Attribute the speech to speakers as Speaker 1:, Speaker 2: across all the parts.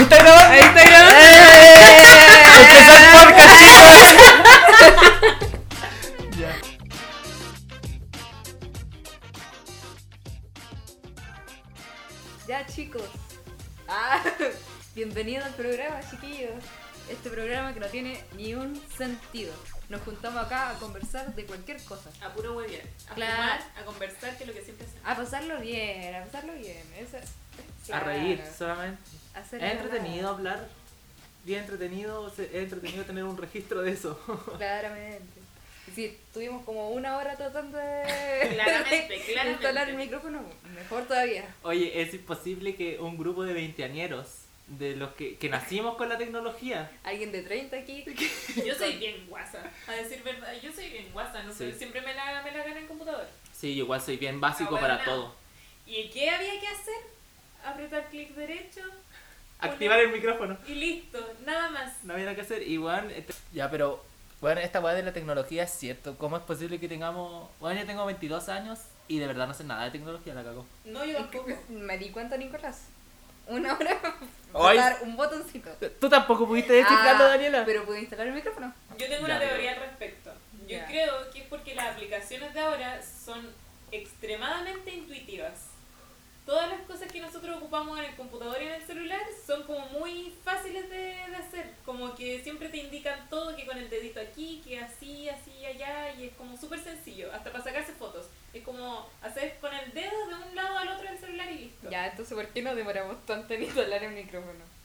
Speaker 1: está grabando.
Speaker 2: Ahí
Speaker 1: ¡Eh!
Speaker 2: está grabando.
Speaker 1: Empezó el podcast.
Speaker 2: Ya, chicos. Ah, bienvenidos al programa, chiquillos. Este programa que no tiene ni un sentido. Nos juntamos acá a conversar de cualquier cosa.
Speaker 3: A puro hueviar. A
Speaker 2: Claro.
Speaker 3: fumar, a conversar, que es lo que siempre hacemos.
Speaker 2: A pasarlo bien, a pasarlo bien. Eso,
Speaker 1: A
Speaker 2: Claro.
Speaker 1: reír solamente.
Speaker 2: Hacer
Speaker 1: Es
Speaker 2: la-
Speaker 1: entretenido hablar. Bien entretenido, se- es entretenido tener un registro de eso.
Speaker 2: Claramente. Sí, tuvimos como una hora tratando de,
Speaker 3: Claramente,
Speaker 2: de
Speaker 3: claramente.
Speaker 2: instalar el micrófono. Mejor todavía.
Speaker 1: Oye, es imposible que un grupo de veinteañeros, de los que, que nacimos con la tecnología,
Speaker 2: Alguien de 30 aquí.
Speaker 3: Yo soy bien guasa. A decir verdad, yo soy bien guasa. No sé,
Speaker 1: Sí.
Speaker 3: siempre me la, me la gana el computador.
Speaker 1: sí, yo igual soy bien básico
Speaker 3: Ah,
Speaker 1: para
Speaker 3: bueno,
Speaker 1: todo.
Speaker 3: nada. ¿Y qué había que hacer? Apretar clic derecho
Speaker 1: Activar el micrófono.
Speaker 3: y listo. Nada más.
Speaker 1: No había nada que hacer. Igual. Ya, pero. Bueno, esta weá de la tecnología es cierto. ¿Cómo es posible que tengamos. Bueno, yo tengo 22 años y de verdad no sé nada de tecnología, la cago.
Speaker 3: No, yo tampoco.
Speaker 2: Me di cuenta, Nicolás. Una hora
Speaker 1: Ay.
Speaker 2: para un botoncito.
Speaker 1: Tú tampoco pudiste descifrarlo,
Speaker 2: Ah,
Speaker 1: Daniela.
Speaker 2: Pero pude instalar el micrófono.
Speaker 3: Yo tengo
Speaker 1: Ya,
Speaker 3: una
Speaker 1: pero-
Speaker 3: teoría al respecto. Yo
Speaker 2: Ya.
Speaker 3: creo que es porque las aplicaciones de ahora son extremadamente intuitivas. Todas las cosas que nosotros ocupamos en el computador y en el celular son como muy fáciles de, de hacer. Como que siempre te indican todo, que con el dedito aquí, que así, así, allá, y es como súper sencillo, hasta para sacarse fotos. Es como hacer con el dedo de un lado al otro del celular y listo.
Speaker 2: Ya, entonces, ¿por qué nos demoramos tanto en instalar el micrófono?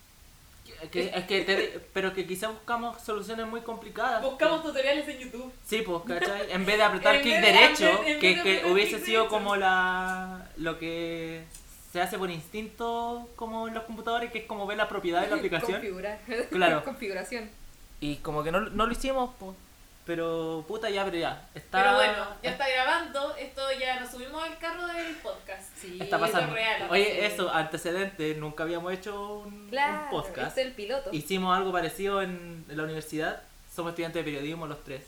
Speaker 1: Que- es que te- pero que quizás buscamos soluciones muy complicadas.
Speaker 3: Buscamos tutoriales en YouTube.
Speaker 1: Sí, pues, ¿cachai? En vez de apretar
Speaker 3: En
Speaker 1: clic
Speaker 3: vez de-
Speaker 1: derecho,
Speaker 3: en vez- en
Speaker 1: que,
Speaker 3: vez de
Speaker 1: que
Speaker 3: apretar
Speaker 1: hubiese
Speaker 3: clic
Speaker 1: sido
Speaker 3: derecho.
Speaker 1: como la lo que se hace por instinto como en los computadores, que es como ver las propiedades de la aplicación.
Speaker 2: Configurar.
Speaker 1: Claro.
Speaker 2: Configuración.
Speaker 1: Y como que no, no lo hicimos, pues. Pero puta, ya, pero ya. Está,
Speaker 3: Pero bueno, ya está grabando, esto ya nos subimos al carro del podcast.
Speaker 2: Sí.
Speaker 1: está pasando.
Speaker 3: es real.
Speaker 1: Oye, eso, antecedentes, nunca habíamos hecho un,
Speaker 2: Claro,
Speaker 1: un podcast.
Speaker 2: este es el piloto.
Speaker 1: Hicimos algo parecido en, en la universidad. Somos estudiantes de periodismo los tres.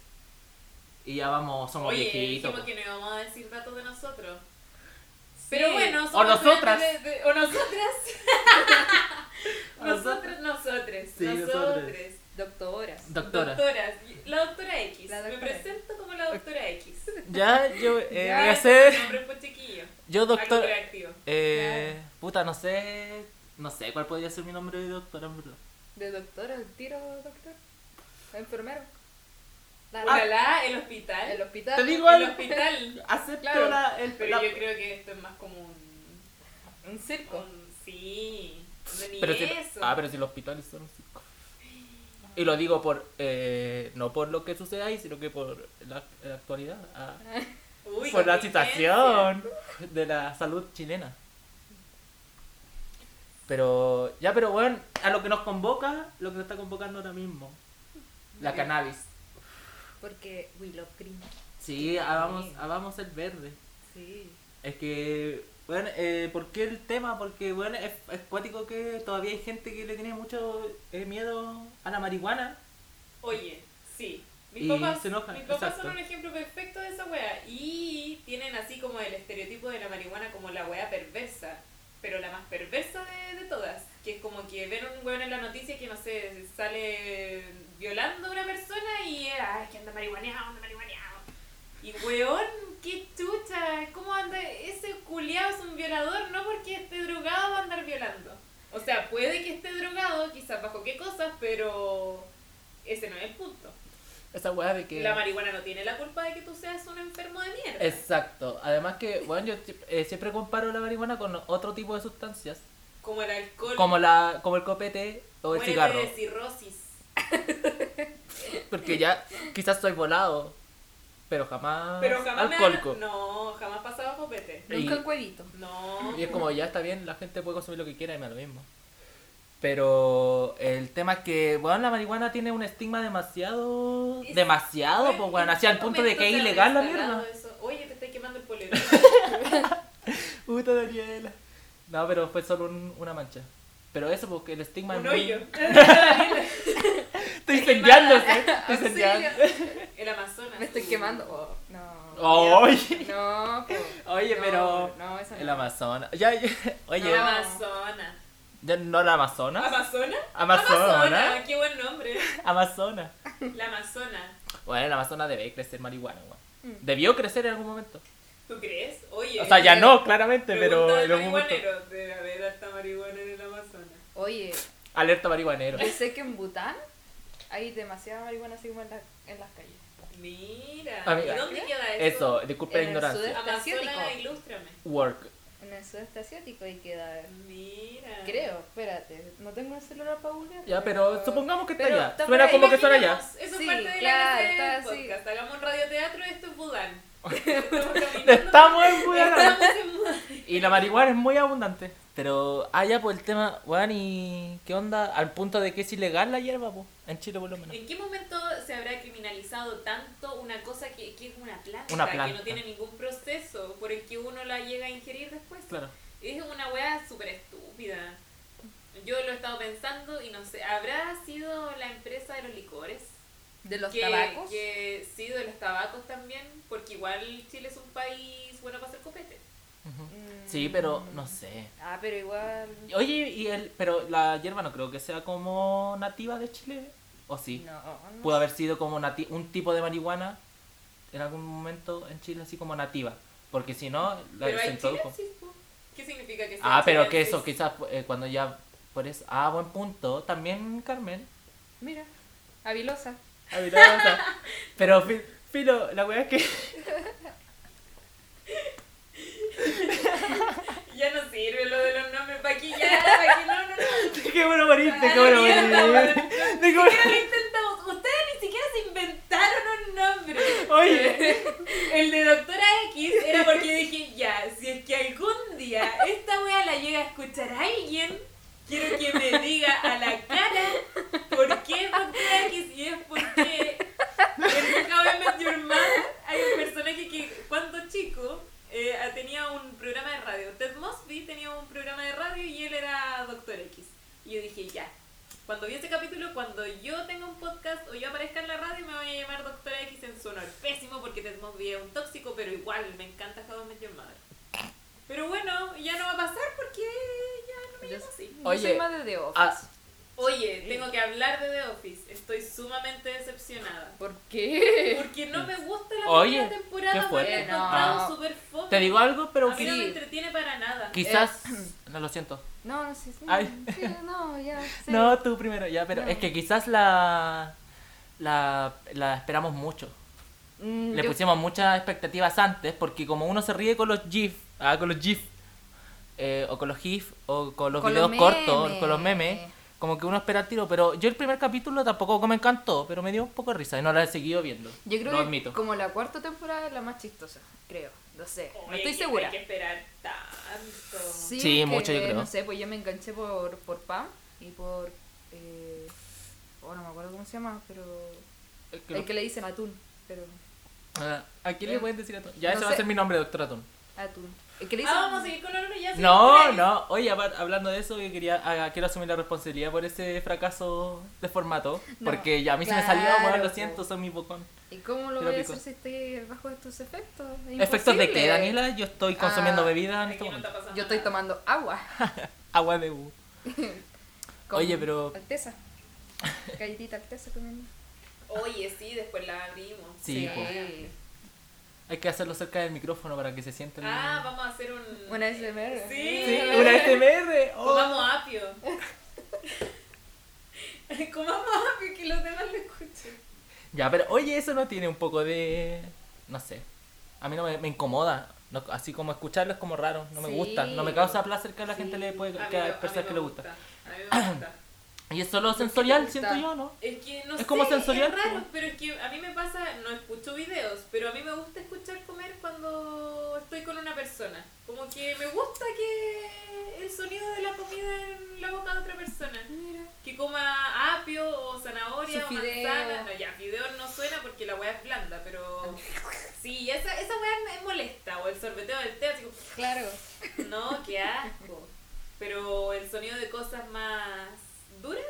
Speaker 1: Y ya vamos, somos
Speaker 3: Oye,
Speaker 1: viejitos.
Speaker 3: dijimos
Speaker 1: po.
Speaker 3: que no íbamos a decir datos de nosotros.
Speaker 2: Sí.
Speaker 3: Pero bueno,
Speaker 1: O nosotras.
Speaker 3: estudiantes de- de- o nosotras. nosotros,
Speaker 1: Nosotras.
Speaker 3: nosotres.
Speaker 1: Sí,
Speaker 3: nosotros.
Speaker 1: nosotres.
Speaker 2: Doctoras.
Speaker 1: Doctora.
Speaker 3: Doctoras. La doctora X.
Speaker 2: La doctora.
Speaker 3: Me presento como la doctora X.
Speaker 1: Ya, yo eh,
Speaker 2: Ya,
Speaker 1: voy a
Speaker 3: ese
Speaker 1: ser.
Speaker 3: es mi nombre fue chiquillo.
Speaker 1: Yo, doctor.
Speaker 3: Algo creativo.
Speaker 1: Eh, Puta, no sé. No sé cuál podría ser mi nombre de doctora, en verdad.
Speaker 2: De doctora, el tiro, doctor. Enfermero. Dale.
Speaker 3: Ojalá el hospital.
Speaker 2: El
Speaker 3: El,
Speaker 2: hospital.
Speaker 1: Ah. Te digo- Igual.
Speaker 3: hospital.
Speaker 1: Acepto
Speaker 2: Claro,
Speaker 1: la- el,
Speaker 3: Pero
Speaker 1: la-
Speaker 3: yo creo que esto es más como un.
Speaker 2: Un circo.
Speaker 3: un- sí. De ni
Speaker 1: pero si-
Speaker 3: eso.
Speaker 1: Ah, pero si los hospitales son un circo. Y lo digo por. eh, no por lo que sucede ahí, sino que por la, la actualidad. ah,
Speaker 3: Uy,
Speaker 1: por la
Speaker 3: contingencia.
Speaker 1: situación de la salud chilena. Pero. Ya, pero bueno, a lo que nos convoca, lo que nos está convocando ahora mismo. La cannabis.
Speaker 2: Porque we love green.
Speaker 1: Sí, ah, vamos, ah, vamos el verde.
Speaker 2: Sí.
Speaker 1: Es que, bueno, eh, ¿por qué el tema? Porque, bueno, es, es cuático que todavía hay gente que le tiene mucho eh, miedo a la marihuana.
Speaker 3: Oye, sí. Mis
Speaker 1: Y
Speaker 3: papás,
Speaker 1: se enojan,
Speaker 3: mis papás
Speaker 1: exacto.
Speaker 3: son un ejemplo perfecto de esa wea. Y tienen así como el estereotipo de la marihuana como la wea perversa. Pero la más perversa de, de todas. Que es como que ven un weón en la noticia que no sé, sale violando a una persona y ay, que anda marihuaneado, anda marihuaneado. Y weón, qué chucha. ¿Cómo anda? Ese culiado es un violador, no porque esté drogado va a andar violando. O sea, puede que esté drogado, quizás bajo qué cosas, pero ese no es el punto.
Speaker 1: Esa weá de que...
Speaker 3: La marihuana no tiene la culpa de que tú seas un enfermo de mierda.
Speaker 1: Exacto. Además que, bueno, yo si- eh, siempre comparo la marihuana con otro tipo de sustancias,
Speaker 3: Como el alcohol.
Speaker 1: como la como el copete o el
Speaker 3: Muérete
Speaker 1: cigarro.
Speaker 3: de cirrosis.
Speaker 1: Porque ya quizás soy volado, pero jamás,
Speaker 3: Pero jamás me han-
Speaker 1: alcohólico.
Speaker 3: No, jamás pasaba copete.
Speaker 1: Y-
Speaker 2: Nunca un cuevito.
Speaker 3: No.
Speaker 1: Y es como, ya está bien, la gente puede consumir lo que quiera y me da lo mismo. Pero el tema es que, bueno, la marihuana tiene un estigma demasiado.
Speaker 3: Es-
Speaker 1: demasiado, pues, bueno, hacia el punto de que es ilegal la mierda.
Speaker 3: mierda. Oye, te estoy quemando el polerón.
Speaker 1: Puta Daniela. No, pero fue solo un- una mancha. Pero eso, porque el estigma es
Speaker 3: un
Speaker 1: muy-
Speaker 3: hoyo.
Speaker 1: Está incendiándose, está incendiando.
Speaker 2: Auxilio.
Speaker 3: El Amazonas.
Speaker 2: Me estoy quemando. Oh, no.
Speaker 1: Oye.
Speaker 2: No, po.
Speaker 1: Oye,
Speaker 2: No,
Speaker 1: pero.
Speaker 2: No, eso no.
Speaker 1: El Amazonas. Ya, ya-
Speaker 3: El
Speaker 1: Oye,
Speaker 2: No.
Speaker 3: Amazonas.
Speaker 4: Ya no la Amazonas.
Speaker 3: ¿Amazona?
Speaker 4: Amazona.
Speaker 3: Qué buen nombre.
Speaker 4: Amazona.
Speaker 3: La Amazona.
Speaker 4: Bueno, la Amazona debe crecer marihuana,
Speaker 2: Mm.
Speaker 4: weón. Debió crecer en algún momento.
Speaker 3: ¿Tú crees? Oye.
Speaker 4: O sea, ya
Speaker 3: eh,
Speaker 4: no, claramente, pero
Speaker 3: pregunta
Speaker 4: en
Speaker 3: del
Speaker 4: algún momento.
Speaker 3: marihuanero. Debe haber harta marihuana en el Amazonas.
Speaker 2: Oye,
Speaker 4: Alerta marihuanero.
Speaker 2: yo sé que en Bután hay demasiada marihuana así como en, la- en las calles.
Speaker 3: Mira.
Speaker 4: Amiga,
Speaker 3: ¿Y dónde queda eso?
Speaker 4: Eso, disculpe la
Speaker 2: En el
Speaker 4: ignorancia.
Speaker 2: sudeste.
Speaker 3: Amazonas,
Speaker 2: Asiático.
Speaker 3: ilústrame.
Speaker 4: Work.
Speaker 2: En el sudeste asiático hay que dar.
Speaker 3: Mira.
Speaker 2: Creo, espérate, no tengo el celular para buscar.
Speaker 4: Ya, pero supongamos que está
Speaker 2: Pero
Speaker 4: allá.
Speaker 2: está
Speaker 4: Suena
Speaker 2: por ahí,
Speaker 4: como que está allá.
Speaker 3: Imaginemos, Eso es
Speaker 2: Sí,
Speaker 3: parte de
Speaker 2: claro,
Speaker 3: la clase del
Speaker 2: está así.
Speaker 3: podcast. Hagamos un radioteatro y esto es Budán.
Speaker 4: Estamos en Budán.
Speaker 3: Estamos en Budán.
Speaker 4: Y la marihuana es muy abundante. Pero allá por el tema, weón, y qué onda, al punto de que es ilegal la hierba, po, en Chile por lo menos.
Speaker 3: ¿En qué momento se habrá criminalizado tanto una cosa que, que es una planta,
Speaker 4: Una
Speaker 3: que
Speaker 4: planta.
Speaker 3: no tiene ningún proceso por el que uno la llega a ingerir después?
Speaker 4: Claro.
Speaker 3: Es una weá súper estúpida. Yo lo he estado pensando y no sé, ¿habrá sido la empresa de los licores?
Speaker 2: De los
Speaker 3: que,
Speaker 2: tabacos.
Speaker 3: que sí, de los tabacos también, porque igual Chile es un país bueno para hacer copete.
Speaker 4: Ujú.
Speaker 2: Mm.
Speaker 4: Sí, pero no sé.
Speaker 2: Ah, pero igual.
Speaker 4: Oye, y el, pero la hierba no creo que sea como nativa de Chile, ¿o sí? Pues-
Speaker 2: No, no
Speaker 4: Pudo haber sido como nati- un tipo de marihuana en algún momento en Chile, así como nativa. Porque si no, la
Speaker 3: pero
Speaker 4: se
Speaker 3: hay Chile
Speaker 4: introdujo.
Speaker 3: sí, po. ¿Qué significa que sea
Speaker 4: Ah, pero que
Speaker 3: chilensis?
Speaker 4: eso, quizás eh, cuando ya. Por eso. Ah, buen punto. También, Carmen.
Speaker 2: Mira, Avilosa.
Speaker 4: Habilidosa. pero, fi- Filo, la weá es que.
Speaker 3: Ya no sirve lo de los nombres, Paqui, ya, Paqui, no, no, no.
Speaker 4: ¡Qué bueno morirte!
Speaker 3: Ah,
Speaker 4: ¡Qué bueno
Speaker 3: mierda,
Speaker 4: morirte! ¡Qué bueno-
Speaker 3: Ya lo intentamos. Ustedes ni siquiera se inventaron un nombre.
Speaker 4: Oye.
Speaker 3: El de Doctora X era porque dije, ya, si es que algún día esta wea la llega a escuchar alguien, quiero que me diga a la cara por qué Doctora X y es porque en How I Met Your Mother hay un personaje que cuando chico eh, tenía un programa de radio. Ted Mosby tenía un programa de radio y él era Doctor X. Y yo dije, ya, cuando vi ese capítulo, cuando yo tenga un podcast o yo aparezca en la radio, me voy a llamar Doctora X en su honor. Pésimo porque Ted Mosby es un tóxico, pero igual me encanta How I Met Your Mother. Pero bueno, ya no va a pasar porque ya no me
Speaker 2: Yo,
Speaker 3: llamo así.
Speaker 2: yo
Speaker 4: Oye,
Speaker 2: soy más de The Office.
Speaker 4: ah,
Speaker 3: Oye, tengo que hablar de The Office. Estoy sumamente decepcionada.
Speaker 4: Ah.
Speaker 2: ¿Por qué?
Speaker 3: Porque no me gusta la
Speaker 4: Oye,
Speaker 3: primera temporada.
Speaker 4: qué fuerte.
Speaker 3: Me he encontrado
Speaker 2: No.
Speaker 3: súper fome.
Speaker 4: Te digo algo,
Speaker 3: a
Speaker 4: pero
Speaker 3: mí no
Speaker 4: qui-
Speaker 3: me entretiene para
Speaker 4: Ah, eh,
Speaker 3: nada.
Speaker 4: quizás. No lo siento.
Speaker 2: No, no sé. sí,
Speaker 4: Ay.
Speaker 2: sí, no, ya. sí.
Speaker 4: No, tú primero, ya, pero
Speaker 2: No.
Speaker 4: es que quizás la. La, la esperamos mucho.
Speaker 2: Mm,
Speaker 4: Le
Speaker 2: yo-
Speaker 4: pusimos muchas expectativas antes, porque como uno se ríe con los GIF, ah, con los GIF, eh, o con los GIF, o con los
Speaker 2: Con los
Speaker 4: videos cortos,
Speaker 2: memes.
Speaker 4: con los memes, como que uno espera el tiro. Pero yo el primer capítulo tampoco me encantó, pero me dio un poco de risa y no la he seguido viendo.
Speaker 2: Yo creo
Speaker 4: lo
Speaker 2: que
Speaker 4: admito.
Speaker 2: como la cuarta temporada es la más chistosa, creo. No sé, no
Speaker 3: Oye,
Speaker 2: estoy
Speaker 3: que
Speaker 2: segura.
Speaker 3: Hay que esperar tanto.
Speaker 2: Sí,
Speaker 4: Sí,
Speaker 2: porque,
Speaker 4: mucho yo creo.
Speaker 2: No sé, pues yo me enganché por, por Pam y por... Eh, oh, no me acuerdo cómo se llama, pero...
Speaker 4: Es que
Speaker 2: El
Speaker 4: lo-
Speaker 2: que le dicen atún, pero...
Speaker 4: Ah, ¿A quién
Speaker 2: Eh,
Speaker 4: le pueden decir a Tom? Ya,
Speaker 2: no
Speaker 4: ese va a
Speaker 2: sé.
Speaker 4: ser mi nombre, doctor Atún.
Speaker 2: Atún. El que le
Speaker 3: Ah,
Speaker 2: dicen...
Speaker 3: vamos a seguir con Oro ya. sí,
Speaker 4: No,
Speaker 3: Doctora X.
Speaker 4: no. Oye, apar- hablando de eso, yo quería, ah, quiero asumir la responsabilidad por ese fracaso de formato.
Speaker 2: No,
Speaker 4: porque ya a mí se me
Speaker 2: claro,
Speaker 4: salió, bueno, lo
Speaker 2: po.
Speaker 4: siento, soy mi bocón.
Speaker 2: ¿Y cómo lo
Speaker 4: Te lo
Speaker 2: voy a
Speaker 4: pico.
Speaker 2: hacer si estoy bajo estos efectos? Es
Speaker 4: ¿Efectos de
Speaker 2: imposible.
Speaker 4: qué, Daniela? Yo estoy consumiendo
Speaker 2: Ah,
Speaker 4: bebida en
Speaker 3: Aquí
Speaker 4: este
Speaker 3: no está
Speaker 4: momento.
Speaker 3: pasando
Speaker 2: Yo estoy
Speaker 3: nada.
Speaker 2: tomando agua.
Speaker 4: Agua de bu.
Speaker 2: con
Speaker 4: Oye, pero-
Speaker 2: Alteza. Galletita Alteza comiendo.
Speaker 3: Oye, sí, después la abrimos.
Speaker 4: Sí, pues. po. Hay que hacerlo cerca del micrófono para que se sienta. el-
Speaker 3: Ah, vamos a hacer un.
Speaker 2: Una ASMR.
Speaker 3: Sí,
Speaker 4: Sí, una SMR. oh.
Speaker 3: Comamos apio. Comamos apio que los demás lo escuchen.
Speaker 4: Ya, pero oye, eso no tiene un poco de. No sé. A mí no me, me incomoda. No- así como escucharlo es como raro. No me
Speaker 2: Sí.
Speaker 4: gusta. No me causa placer que a la
Speaker 2: Sí.
Speaker 4: gente le puede.
Speaker 3: A mí
Speaker 4: que
Speaker 3: me- a
Speaker 4: a
Speaker 3: mí
Speaker 4: personas
Speaker 3: me
Speaker 4: que le gusta.
Speaker 3: A mí me gusta.
Speaker 4: Y es solo sensorial,
Speaker 2: gusta?
Speaker 4: siento yo, ¿no?
Speaker 3: Es que no
Speaker 4: Es
Speaker 3: sé,
Speaker 4: como sensorial,
Speaker 3: es raro,
Speaker 4: como-
Speaker 3: pero es que a mí me pasa, no escucho videos, pero a mí me gusta escuchar comer cuando estoy con una persona. Como que me gusta que el sonido de la comida en la boca de otra persona.
Speaker 2: Mira.
Speaker 3: Que coma apio o zanahoria
Speaker 2: Su
Speaker 3: o
Speaker 2: fideo.
Speaker 3: manzana. No, ya, fideo no suena porque la weá es blanda, pero... Sí, esa, esa weá me molesta. O el sorbeteo del té, así como...
Speaker 2: Claro.
Speaker 3: No, qué asco. Pero el sonido de cosas más duras.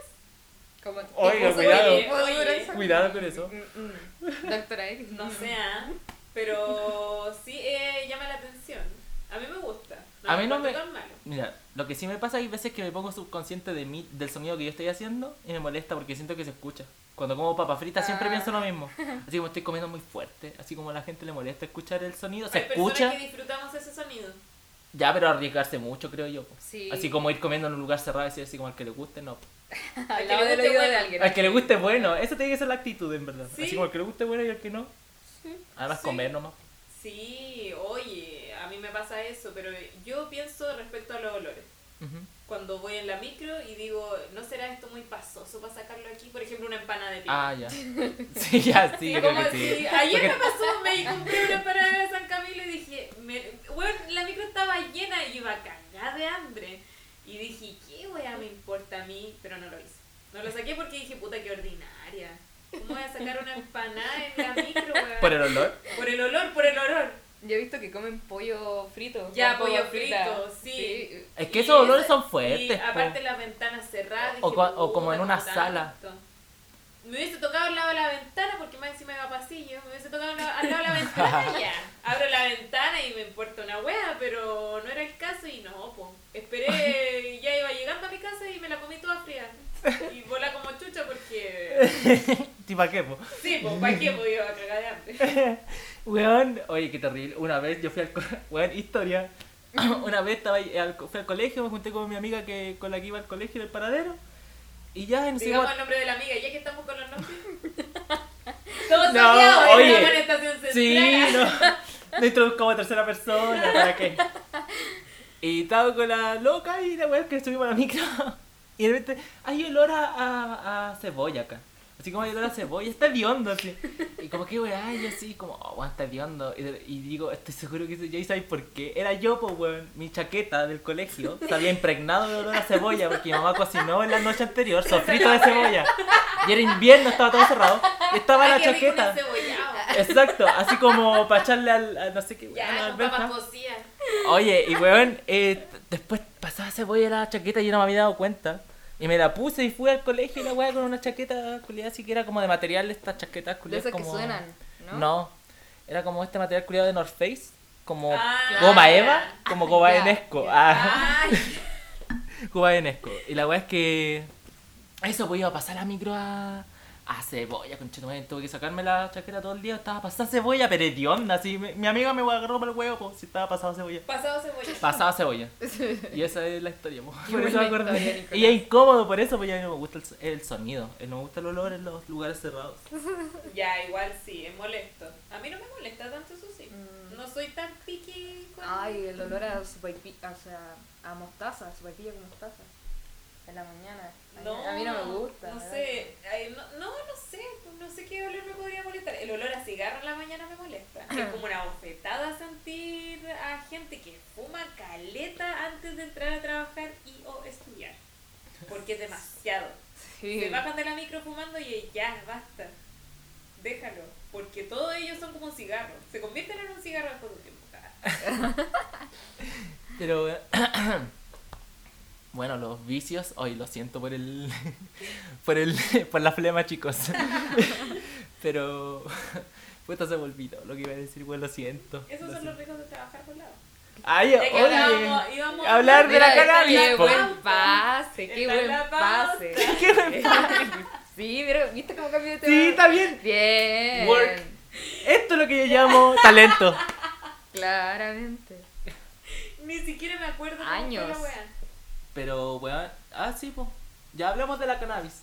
Speaker 2: Como
Speaker 4: Oiga,
Speaker 2: tipo,
Speaker 4: cuidado.
Speaker 2: oye, oye,
Speaker 3: Oye.
Speaker 2: esa-
Speaker 4: Cuidado con eso.
Speaker 2: Mm, mm. Doctora X,
Speaker 3: No sé, ¿ah? pero sí eh, llama la atención. A mí me gusta.
Speaker 4: A mí no me-
Speaker 3: encuentro tan malo.
Speaker 4: Mira, lo que sí me pasa hay veces que me pongo subconsciente de mí, del sonido que yo estoy haciendo y me molesta porque siento que se escucha. Cuando como papa frita siempre
Speaker 2: Ah.
Speaker 4: pienso lo mismo. Así como estoy comiendo muy fuerte, así como a la gente le molesta escuchar el sonido, se
Speaker 3: Hay personas
Speaker 4: escucha.
Speaker 3: que disfrutamos ese sonido.
Speaker 4: Ya, pero arriesgarse mucho, creo yo. po.
Speaker 2: Sí.
Speaker 4: Así como ir comiendo en un lugar cerrado y decir así como al que le guste, no. po.
Speaker 2: Al lado del
Speaker 3: guste,
Speaker 2: oído de
Speaker 3: bueno.
Speaker 2: alguien.
Speaker 4: Al que le guste, bueno. Esa tiene que ser la actitud, en verdad.
Speaker 3: Sí.
Speaker 4: Así como al que le guste, bueno y al que no. Además,
Speaker 3: Sí.
Speaker 4: comer nomás.
Speaker 3: Sí, oye, a mí me pasa eso, pero yo pienso respecto a los olores.
Speaker 4: Ujú.
Speaker 3: Cuando voy en la micro y digo, ¿no será esto muy pasoso para sacarlo aquí? Por ejemplo, una empanada de piña.
Speaker 4: Ah, ya. Sí, ya, sí, yo creo
Speaker 3: como
Speaker 4: que sí.
Speaker 3: si- ayer me pasó, me compré una parada de San Camilo y dije, me, bueno, la micro estaba llena y iba cagada de hambre. Y dije, ¿qué wea me importa a mí? Pero no lo hice. No lo saqué porque dije, puta, qué ordinaria. ¿Cómo voy a sacar una empanada en la micro, wea?
Speaker 4: Por el olor.
Speaker 3: Por el olor, por el olor.
Speaker 2: Yo he visto que comen pollo frito.
Speaker 3: Ya,
Speaker 2: con
Speaker 3: pollo
Speaker 2: papas fritas.
Speaker 3: frito, sí.
Speaker 4: Es
Speaker 3: Y
Speaker 4: que esos olores
Speaker 3: esa-
Speaker 4: son fuertes.
Speaker 3: Y
Speaker 4: po.
Speaker 3: aparte las ventanas cerradas.
Speaker 4: O
Speaker 3: dije, "Uh,
Speaker 4: cua- o como
Speaker 3: "Puta,
Speaker 4: en una
Speaker 3: como
Speaker 4: sala".
Speaker 3: tanto. Me hubiese tocado al lado de la ventana porque más encima iba a pasillo. Me hubiese tocado al lado, al lado de la ventana y ya. Abro la ventana y me importa una wea, pero no era el caso y no, po. Esperé, y ya iba llegando a mi casa y me la comí toda fría. Y volá como chucha porque.
Speaker 4: ¿Y para qué, po?
Speaker 3: Sí, po, ¿para qué podía cagar de hambre?
Speaker 4: Weón, oye, qué terrible. Una vez yo fui al co- Weón, historia. Una vez estaba ahí al, co- fui al colegio, me junté con mi amiga que con la que iba al colegio del paradero. Y ya en
Speaker 3: Digamos
Speaker 4: igual-
Speaker 3: el nombre de la amiga, ya que estamos con los nombres. Todos
Speaker 4: No,
Speaker 3: sabíamos,
Speaker 4: oye.
Speaker 3: estamos en estación central.
Speaker 4: Sí, no. No introduzcamos a tercera persona, ¿para qué? Y estaba con la loca y la weón que estuvimos a la micro. Y de repente, hay olor a, a, a cebolla acá. Así como hay olor a cebolla, está hediondo así. Y como que weón, yo así, como, oh, weón, está hediondo. Y, de- y digo, estoy seguro que soy yo y sabéis por qué. Era yo, pues weón, mi chaqueta del colegio se había impregnado de olor a cebolla porque mi mamá cocinó en la noche anterior sofrito de cebolla. Y era invierno, estaba todo cerrado. Y estaba
Speaker 3: Ay,
Speaker 4: la
Speaker 3: qué rico
Speaker 4: chaqueta.
Speaker 3: un
Speaker 2: Ah,
Speaker 3: encebollado.
Speaker 4: Exacto, así como para echarle al, a no sé qué, weón, a la
Speaker 3: Ya, con
Speaker 4: alberja.
Speaker 3: papas cocidas.
Speaker 4: Oye, y weón, eh, t- después pasaba cebolla a la chaqueta y yo no me había dado cuenta. Y me la puse y fui al colegio y la weá con una chaqueta culiada, así que era como de material, estas chaquetas
Speaker 2: De
Speaker 4: culiadas.
Speaker 2: esas que
Speaker 4: como-
Speaker 2: suenan, ¿no?
Speaker 4: era como este material culiado de North Face, como
Speaker 3: Ah,
Speaker 4: goma
Speaker 3: ya.
Speaker 4: Eva, como goma
Speaker 2: ya,
Speaker 4: Enesco.
Speaker 2: ya.
Speaker 4: Ah.
Speaker 3: Ay,
Speaker 4: Cuba de Nesco. Y la weá es que. Eso, pues iba a pasar la micro a. A ah, cebolla, conchetumadre. Tuve que sacarme la chaqueta todo el día. Estaba pasada cebolla, pero hedionda. Así, mi, mi amiga me agarró por el huevo, po, si estaba pasada cebolla.
Speaker 3: pasado cebolla.
Speaker 4: Pasaba cebolla. Y esa es la historia, po.
Speaker 2: Qué
Speaker 4: Por eso
Speaker 2: buena
Speaker 4: me acordé.
Speaker 2: historia, Nicolás.
Speaker 4: Y es incómodo por eso, pues ya no me gusta el, so- el sonido. Eh, No me gusta el olor en los lugares cerrados.
Speaker 3: Ya, igual sí, es molesto. A mí no me molesta tanto, eso sí.
Speaker 2: Mm.
Speaker 3: No soy tan piqui con...
Speaker 2: Ay, el olor a sopaipilla, o sea, a mostaza, sopaipilla con mostaza. En la mañana. A, mí-
Speaker 3: No,
Speaker 2: a mí no me gusta.
Speaker 3: No
Speaker 2: ¿verdad?
Speaker 3: sé, ay, no, no, no sé, no sé qué olor me podría molestar. El olor a cigarro en la mañana me molesta. Es como una bofetada sentir a gente que fuma caleta antes de entrar a trabajar y o estudiar. Porque es demasiado.
Speaker 2: Sí.
Speaker 3: Se bajan de la micro fumando y ya, basta. Déjalo. Porque todos ellos son como un cigarro. Se convierten en un cigarro después de un tiempo. Ah,
Speaker 4: Pero eh, bueno, los vicios, hoy lo siento por el por el por la flema, chicos. Pero puta se me olvidó lo que iba a decir, bueno, lo siento.
Speaker 3: Esos
Speaker 4: Lo
Speaker 3: son los
Speaker 4: siento.
Speaker 3: ricos de trabajar por lado.
Speaker 4: Ay,
Speaker 3: Ya que
Speaker 4: oye,
Speaker 3: hablábamos- íbamos a
Speaker 4: hablar de
Speaker 2: Mira,
Speaker 4: la cannabis.
Speaker 2: Qué
Speaker 4: po.
Speaker 2: buen pase, qué
Speaker 3: Está
Speaker 2: buen
Speaker 3: la
Speaker 2: pase.
Speaker 4: Qué buen-
Speaker 2: Sí, pero ¿viste cómo cambió de tema?
Speaker 4: Sí, está bien.
Speaker 2: Bien.
Speaker 4: Work. Esto es lo que yo llamo talento.
Speaker 2: Claramente.
Speaker 3: Ni siquiera me acuerdo cómo fue
Speaker 2: Años.
Speaker 3: la wea.
Speaker 4: Pero bueno, ah sí, pues. Ya hablamos de la cannabis.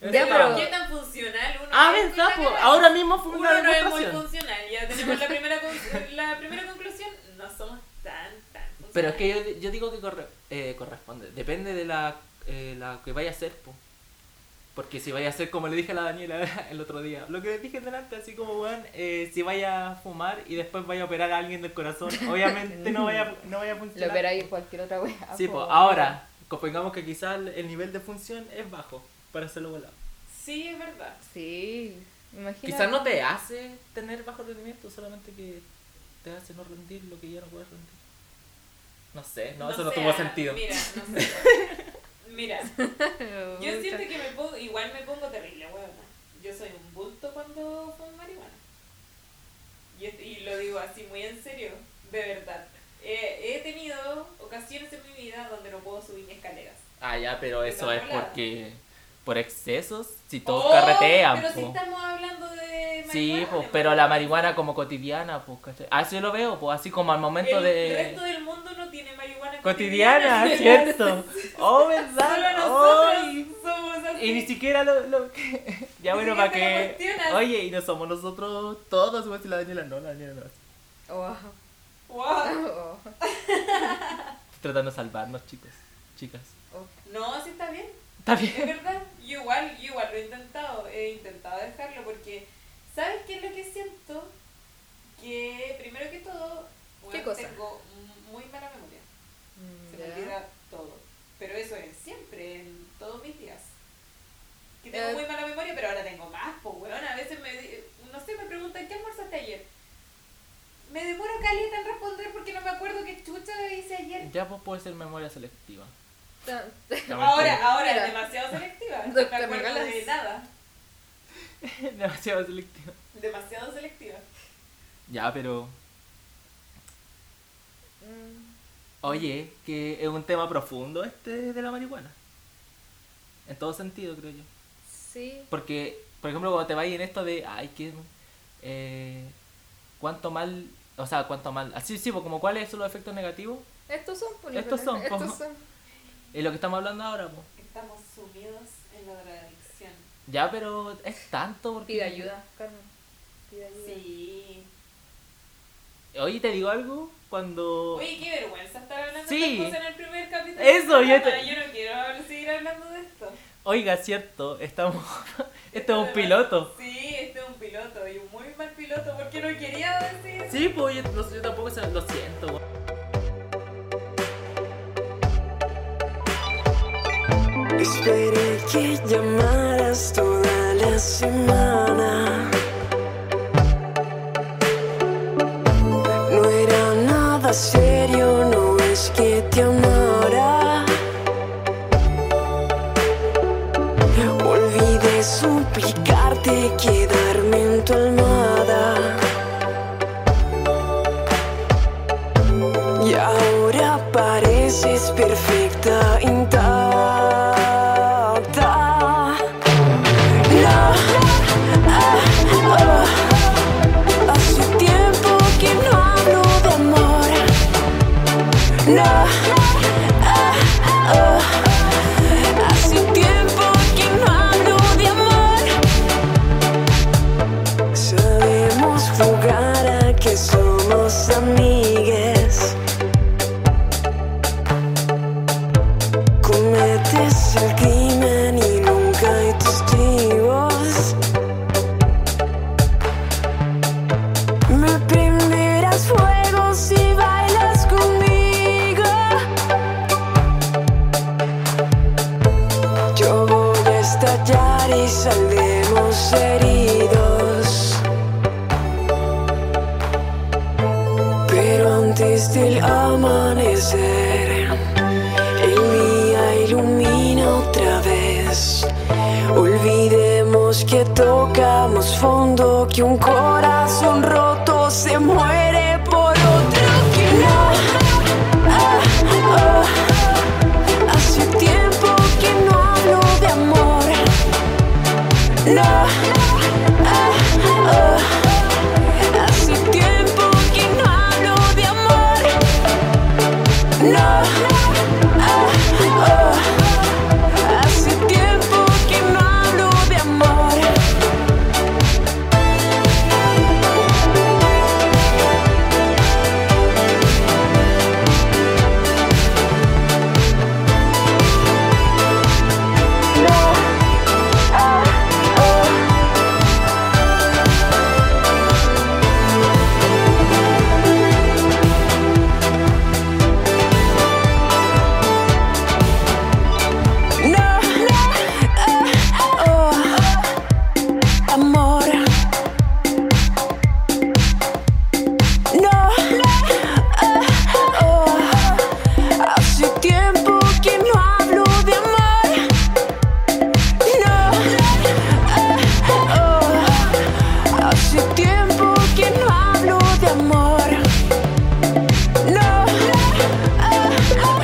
Speaker 2: Ya, pero-
Speaker 3: ¿Qué tan funcional uno
Speaker 4: Ah,
Speaker 3: es con
Speaker 4: ¿verdad?
Speaker 3: la
Speaker 4: po?
Speaker 3: cannabis?
Speaker 4: Ahora mismo fue una
Speaker 3: Uno no es muy
Speaker 4: demostración.
Speaker 3: funcional. Ya tenemos la primera, con- la primera conclusión. No somos tan, tan funcionales.
Speaker 4: Pero es que yo, yo digo que corre- eh, corresponde. Depende de la, eh, la que vaya a hacer, po. Porque si vaya a hacer, como le dije a la Daniela el otro día, lo que les dije delante, así como, weón, eh, si vaya a fumar y después vaya a operar a alguien del corazón, obviamente no vaya, no vaya a
Speaker 2: Lo
Speaker 4: funcionar.
Speaker 2: operáis en cualquier otra wea.
Speaker 4: Sí,
Speaker 2: po.
Speaker 4: pues, ahora, convengamos que quizás el nivel de función es bajo para hacerlo volar.
Speaker 3: Sí, es verdad.
Speaker 2: Sí. Imagina.
Speaker 4: Quizás no te hace tener bajo rendimiento, solamente que te hace no rendir lo que ya no puedes rendir. No sé, no, eso no
Speaker 3: sé,
Speaker 4: tuvo
Speaker 3: ah,
Speaker 4: sentido.
Speaker 3: Mira, no sé. Mira, yo siento que me pongo, igual me pongo terrible, huevona. Yo soy un bulto cuando fumo marihuana. Y, es- y lo digo así muy en serio, de verdad. Eh, he tenido ocasiones en mi vida donde no puedo subir ni escaleras.
Speaker 4: Ah, ya, pero eso
Speaker 3: Estamos
Speaker 4: es
Speaker 3: hablando.
Speaker 4: porque. Por excesos, si todos
Speaker 3: Oh,
Speaker 4: carretean,
Speaker 3: Pero si
Speaker 4: po.
Speaker 3: estamos hablando de marihuana.
Speaker 4: Sí, pues,
Speaker 3: de
Speaker 4: pero la marihuana como cotidiana, pues, ¿cachai? Así lo veo, pues, así como al momento
Speaker 3: El
Speaker 4: de...
Speaker 3: resto del mundo no tiene marihuana
Speaker 4: Cotidiana, ¿cierto? Oh,
Speaker 3: Solo
Speaker 4: ¿verdad?
Speaker 3: nosotros
Speaker 4: Ay.
Speaker 3: somos así.
Speaker 4: Y ni siquiera lo... lo- ya
Speaker 3: Ni
Speaker 4: bueno,
Speaker 3: siquiera
Speaker 4: para
Speaker 3: te
Speaker 4: que...
Speaker 3: lo cuestionas.
Speaker 4: Oye, y no somos nosotros todos, güey, si la Daniela no, la Daniela no.
Speaker 2: Oh,
Speaker 3: Wow.
Speaker 2: oh,
Speaker 4: Tratando de salvarnos, chicos, chicas.
Speaker 2: oh.
Speaker 3: No, sí está bien.
Speaker 4: Está
Speaker 3: Es
Speaker 4: bien.
Speaker 3: verdad. Yo igual, yo igual lo he intentado. He intentado dejarlo porque... ¿Sabes qué es lo que siento? Que primero que todo... bueno,
Speaker 2: ¿Qué cosa?
Speaker 3: Tengo m- muy mala memoria.
Speaker 2: Mm,
Speaker 3: Se
Speaker 2: ya.
Speaker 3: me olvida todo. Pero eso es siempre, en todos mis días. Que tengo
Speaker 2: Eh.
Speaker 3: muy mala memoria, pero ahora tengo más, pues, weón. A veces me, di- no sé, me preguntan, ¿qué almorzaste ayer? Me demoro caleta en responder porque no me acuerdo qué chucha hice ayer.
Speaker 4: Ya pues puede ser memoria selectiva.
Speaker 2: Ta-
Speaker 4: No,
Speaker 3: Ahora, ahora
Speaker 2: Mira.
Speaker 3: es demasiado selectiva. No me
Speaker 2: Doctor
Speaker 3: acuerdo de
Speaker 2: Regalas.
Speaker 3: nada.
Speaker 4: mentira. Demasiado selectiva.
Speaker 3: Demasiado selectiva.
Speaker 4: Ya, pero...
Speaker 2: Mm,
Speaker 4: Oye, que es un tema profundo este de la marihuana. En todo sentido, creo yo.
Speaker 2: Sí.
Speaker 4: Porque, por ejemplo, cuando te vais en esto de, ay, que, eh, cuánto mal, o sea, cuánto mal, así sí, pues, como cuáles son los efectos negativos,
Speaker 2: Estos son po,
Speaker 4: Estos son, pues,
Speaker 2: Nicolás,
Speaker 4: po.
Speaker 2: Estos son.
Speaker 4: es lo que estamos hablando ahora, pues.
Speaker 3: Estamos sumidos en la drogadicción.
Speaker 4: Ya, pero es tanto porque...
Speaker 2: Pide ayuda, Carmen. Pide ayuda.
Speaker 3: Sí.
Speaker 4: Oye, te digo algo, cuando...
Speaker 3: Oye, qué vergüenza estar hablando
Speaker 4: Sí.
Speaker 3: de estas cosas en el primer capítulo.
Speaker 4: Eso, yo
Speaker 3: yo,
Speaker 4: te-
Speaker 3: yo no quiero seguir hablando de esto.
Speaker 4: Oiga, cierto, estamos... esto es un
Speaker 3: Además,
Speaker 4: piloto.
Speaker 3: Sí, este es un piloto y un muy mal piloto porque no quería decir.
Speaker 4: Sí, pues, yo, no sé, yo tampoco se- lo siento, weón.
Speaker 5: Esperé que llamaras toda la semana. No era nada serio, no es que te amara. Olvidé suplicarte quedarme en tu almada. Y ahora pareces perfecta, intacta. No, ah, ah. hace tiempo que no hablo de amor. No, ah, ah. hace tiempo que no hablo de amor. Sabemos jugar a que somos amigues. Cometes el crimen y nunca hay testigos. Me prenderás fuego si bailas conmigo. Yo voy a estallar y saldremos heridos. Pero antes del amanecer. El día ilumina otra vez. Olvidemos que tocamos fondo, que un corazón roto se muere por otro que no. Ah, ah. Hace tiempo que no hablo de amor. No. Ah, ah. Hace tiempo que no hablo de amor. No, ah, oh. hace tiempo que no hablo de amor. No, ah, oh. uh, oh, uh, oh, uh, oh, uh,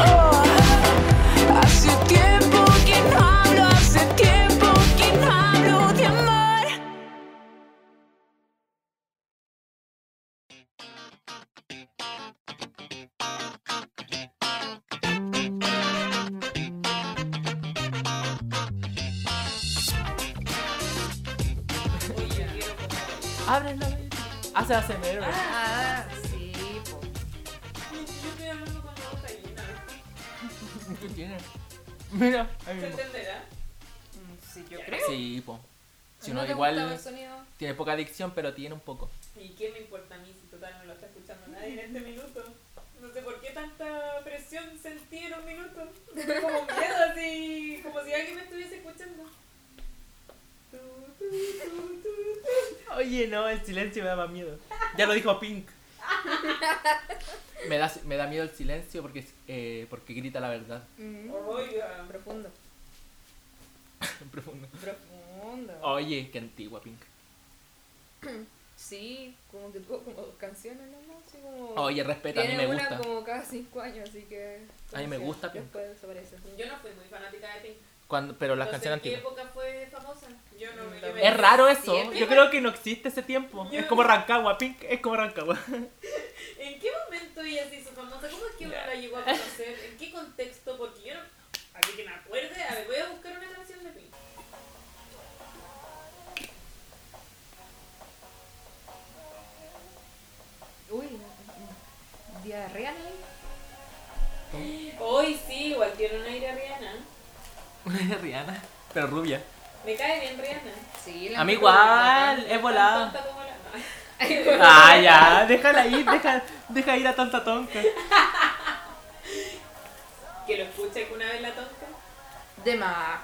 Speaker 5: oh,
Speaker 4: Abres la ventana. Hace ASMR.
Speaker 2: Ah, sí, po.
Speaker 3: Yo estoy hablando con la boca llena.
Speaker 4: ¿Qué tiene? Mira, ahí
Speaker 3: ¿Se
Speaker 4: mismo.
Speaker 3: entenderá?
Speaker 2: Mm, Sí, yo creo.
Speaker 4: Sí, po. Si
Speaker 2: ¿No
Speaker 4: uno
Speaker 2: te gustaba
Speaker 4: igual
Speaker 2: el sonido?
Speaker 4: tiene poca adicción, pero tiene un poco.
Speaker 3: ¿Y qué me importa a mí si total no lo está escuchando nadie en este minuto? No sé por qué tanta presión sentí en un minuto. Como miedo, así, como si alguien me estuviese escuchando. Tu, tu, tu, tu, tu.
Speaker 4: Oye, no, el silencio me da más miedo. Ya lo dijo Pink. Me da, me da miedo el silencio porque, es- eh, porque grita la verdad.
Speaker 2: Mm,
Speaker 3: Oiga,
Speaker 2: Profundo.
Speaker 4: En profundo.
Speaker 2: Profundo.
Speaker 4: Oye, qué antigua Pink.
Speaker 2: Sí, como que tuvo como dos canciones nomás, así como...
Speaker 4: Oye, respeta, Oh, a mí
Speaker 2: Tiene
Speaker 4: me
Speaker 2: una
Speaker 4: gusta.
Speaker 2: como cada cinco años, así que...
Speaker 4: A mí me
Speaker 2: sí,
Speaker 4: gusta, pues. pero-
Speaker 2: Después desaparece.
Speaker 3: yo no fui muy fanática de Pink.
Speaker 4: Cuando, pero las
Speaker 3: No sé
Speaker 4: canciones
Speaker 3: ¿En qué
Speaker 4: antiguas.
Speaker 3: época fue famosa? Yo no me
Speaker 2: Es
Speaker 4: Es raro eso.
Speaker 2: Siempre.
Speaker 4: Yo creo que no existe ese tiempo.
Speaker 3: Yo-
Speaker 4: Es como Rancagua, Pink es como Rancagua.
Speaker 3: ¿En qué momento ella se hizo famosa? ¿Cómo es que uno
Speaker 4: Ya.
Speaker 3: la llegó a conocer? ¿En qué contexto? Porque yo no. Aquí que me acuerde, a ver, voy a buscar una canción de Pink.
Speaker 2: Uy, mm, diarrea ¿no?
Speaker 3: Hoy sí, igual tiene un aire a Rihanna.
Speaker 4: Rihanna, pero rubia.
Speaker 3: Me cae bien Rihanna.
Speaker 2: Sí,
Speaker 4: A mí igual, es
Speaker 3: Tan
Speaker 4: volada.
Speaker 3: tonta como la-
Speaker 4: Ah, ya, déjala ir, deja, deja ir a tanta tonca.
Speaker 3: Que lo escuche alguna vez la tonta.
Speaker 2: De más.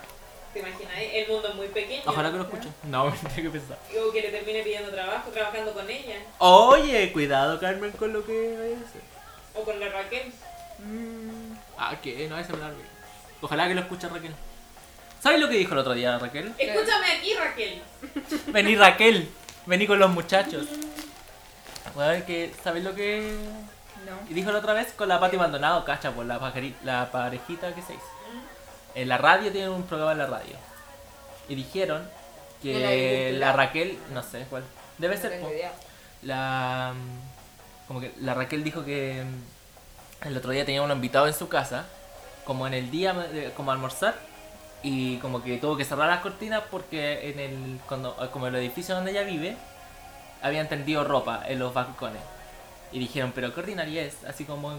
Speaker 3: ¿Te imaginas? El mundo es muy pequeño.
Speaker 4: Ojalá que lo escuche. No, me tengo que pensar.
Speaker 3: O que le termine pidiendo trabajo trabajando con ella.
Speaker 4: Oye, cuidado, Carmen, con lo que vayas a hacer.
Speaker 3: O con la Raquel.
Speaker 2: Mm,
Speaker 4: Ah, que no, ese me largo. Ojalá que lo escuche Raquel. ¿Sabes lo que dijo el otro día Raquel?
Speaker 3: Escúchame aquí, Raquel.
Speaker 4: Vení Raquel, vení con los muchachos. Bueno, que, ¿sabes lo que
Speaker 2: no.
Speaker 4: dijo la otra vez? Con la Pati Maldonado, cacha, por la, pajari- la parejita que se hizo. En la radio tienen un programa en la radio. Y dijeron
Speaker 2: De la agricultura.
Speaker 4: que la Raquel, no sé cuál, debe
Speaker 2: no
Speaker 4: ser...
Speaker 2: tengo
Speaker 4: po.
Speaker 2: idea.
Speaker 4: la mm, como que la Raquel dijo que mm, el otro día tenía un invitado en su casa como en el día eh, como a almorzar y como que tuvo que cerrar las cortinas porque en el cuando eh, como el edificio donde ella vive habían tendido ropa en los balcones y dijeron pero qué ordinaria es así como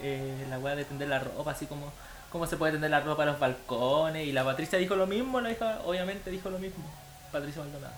Speaker 4: eh, la weá de tender la ropa así como cómo se puede tender la ropa en los balcones y la Patricia dijo lo mismo la hija obviamente dijo lo mismo Patricia Maldonado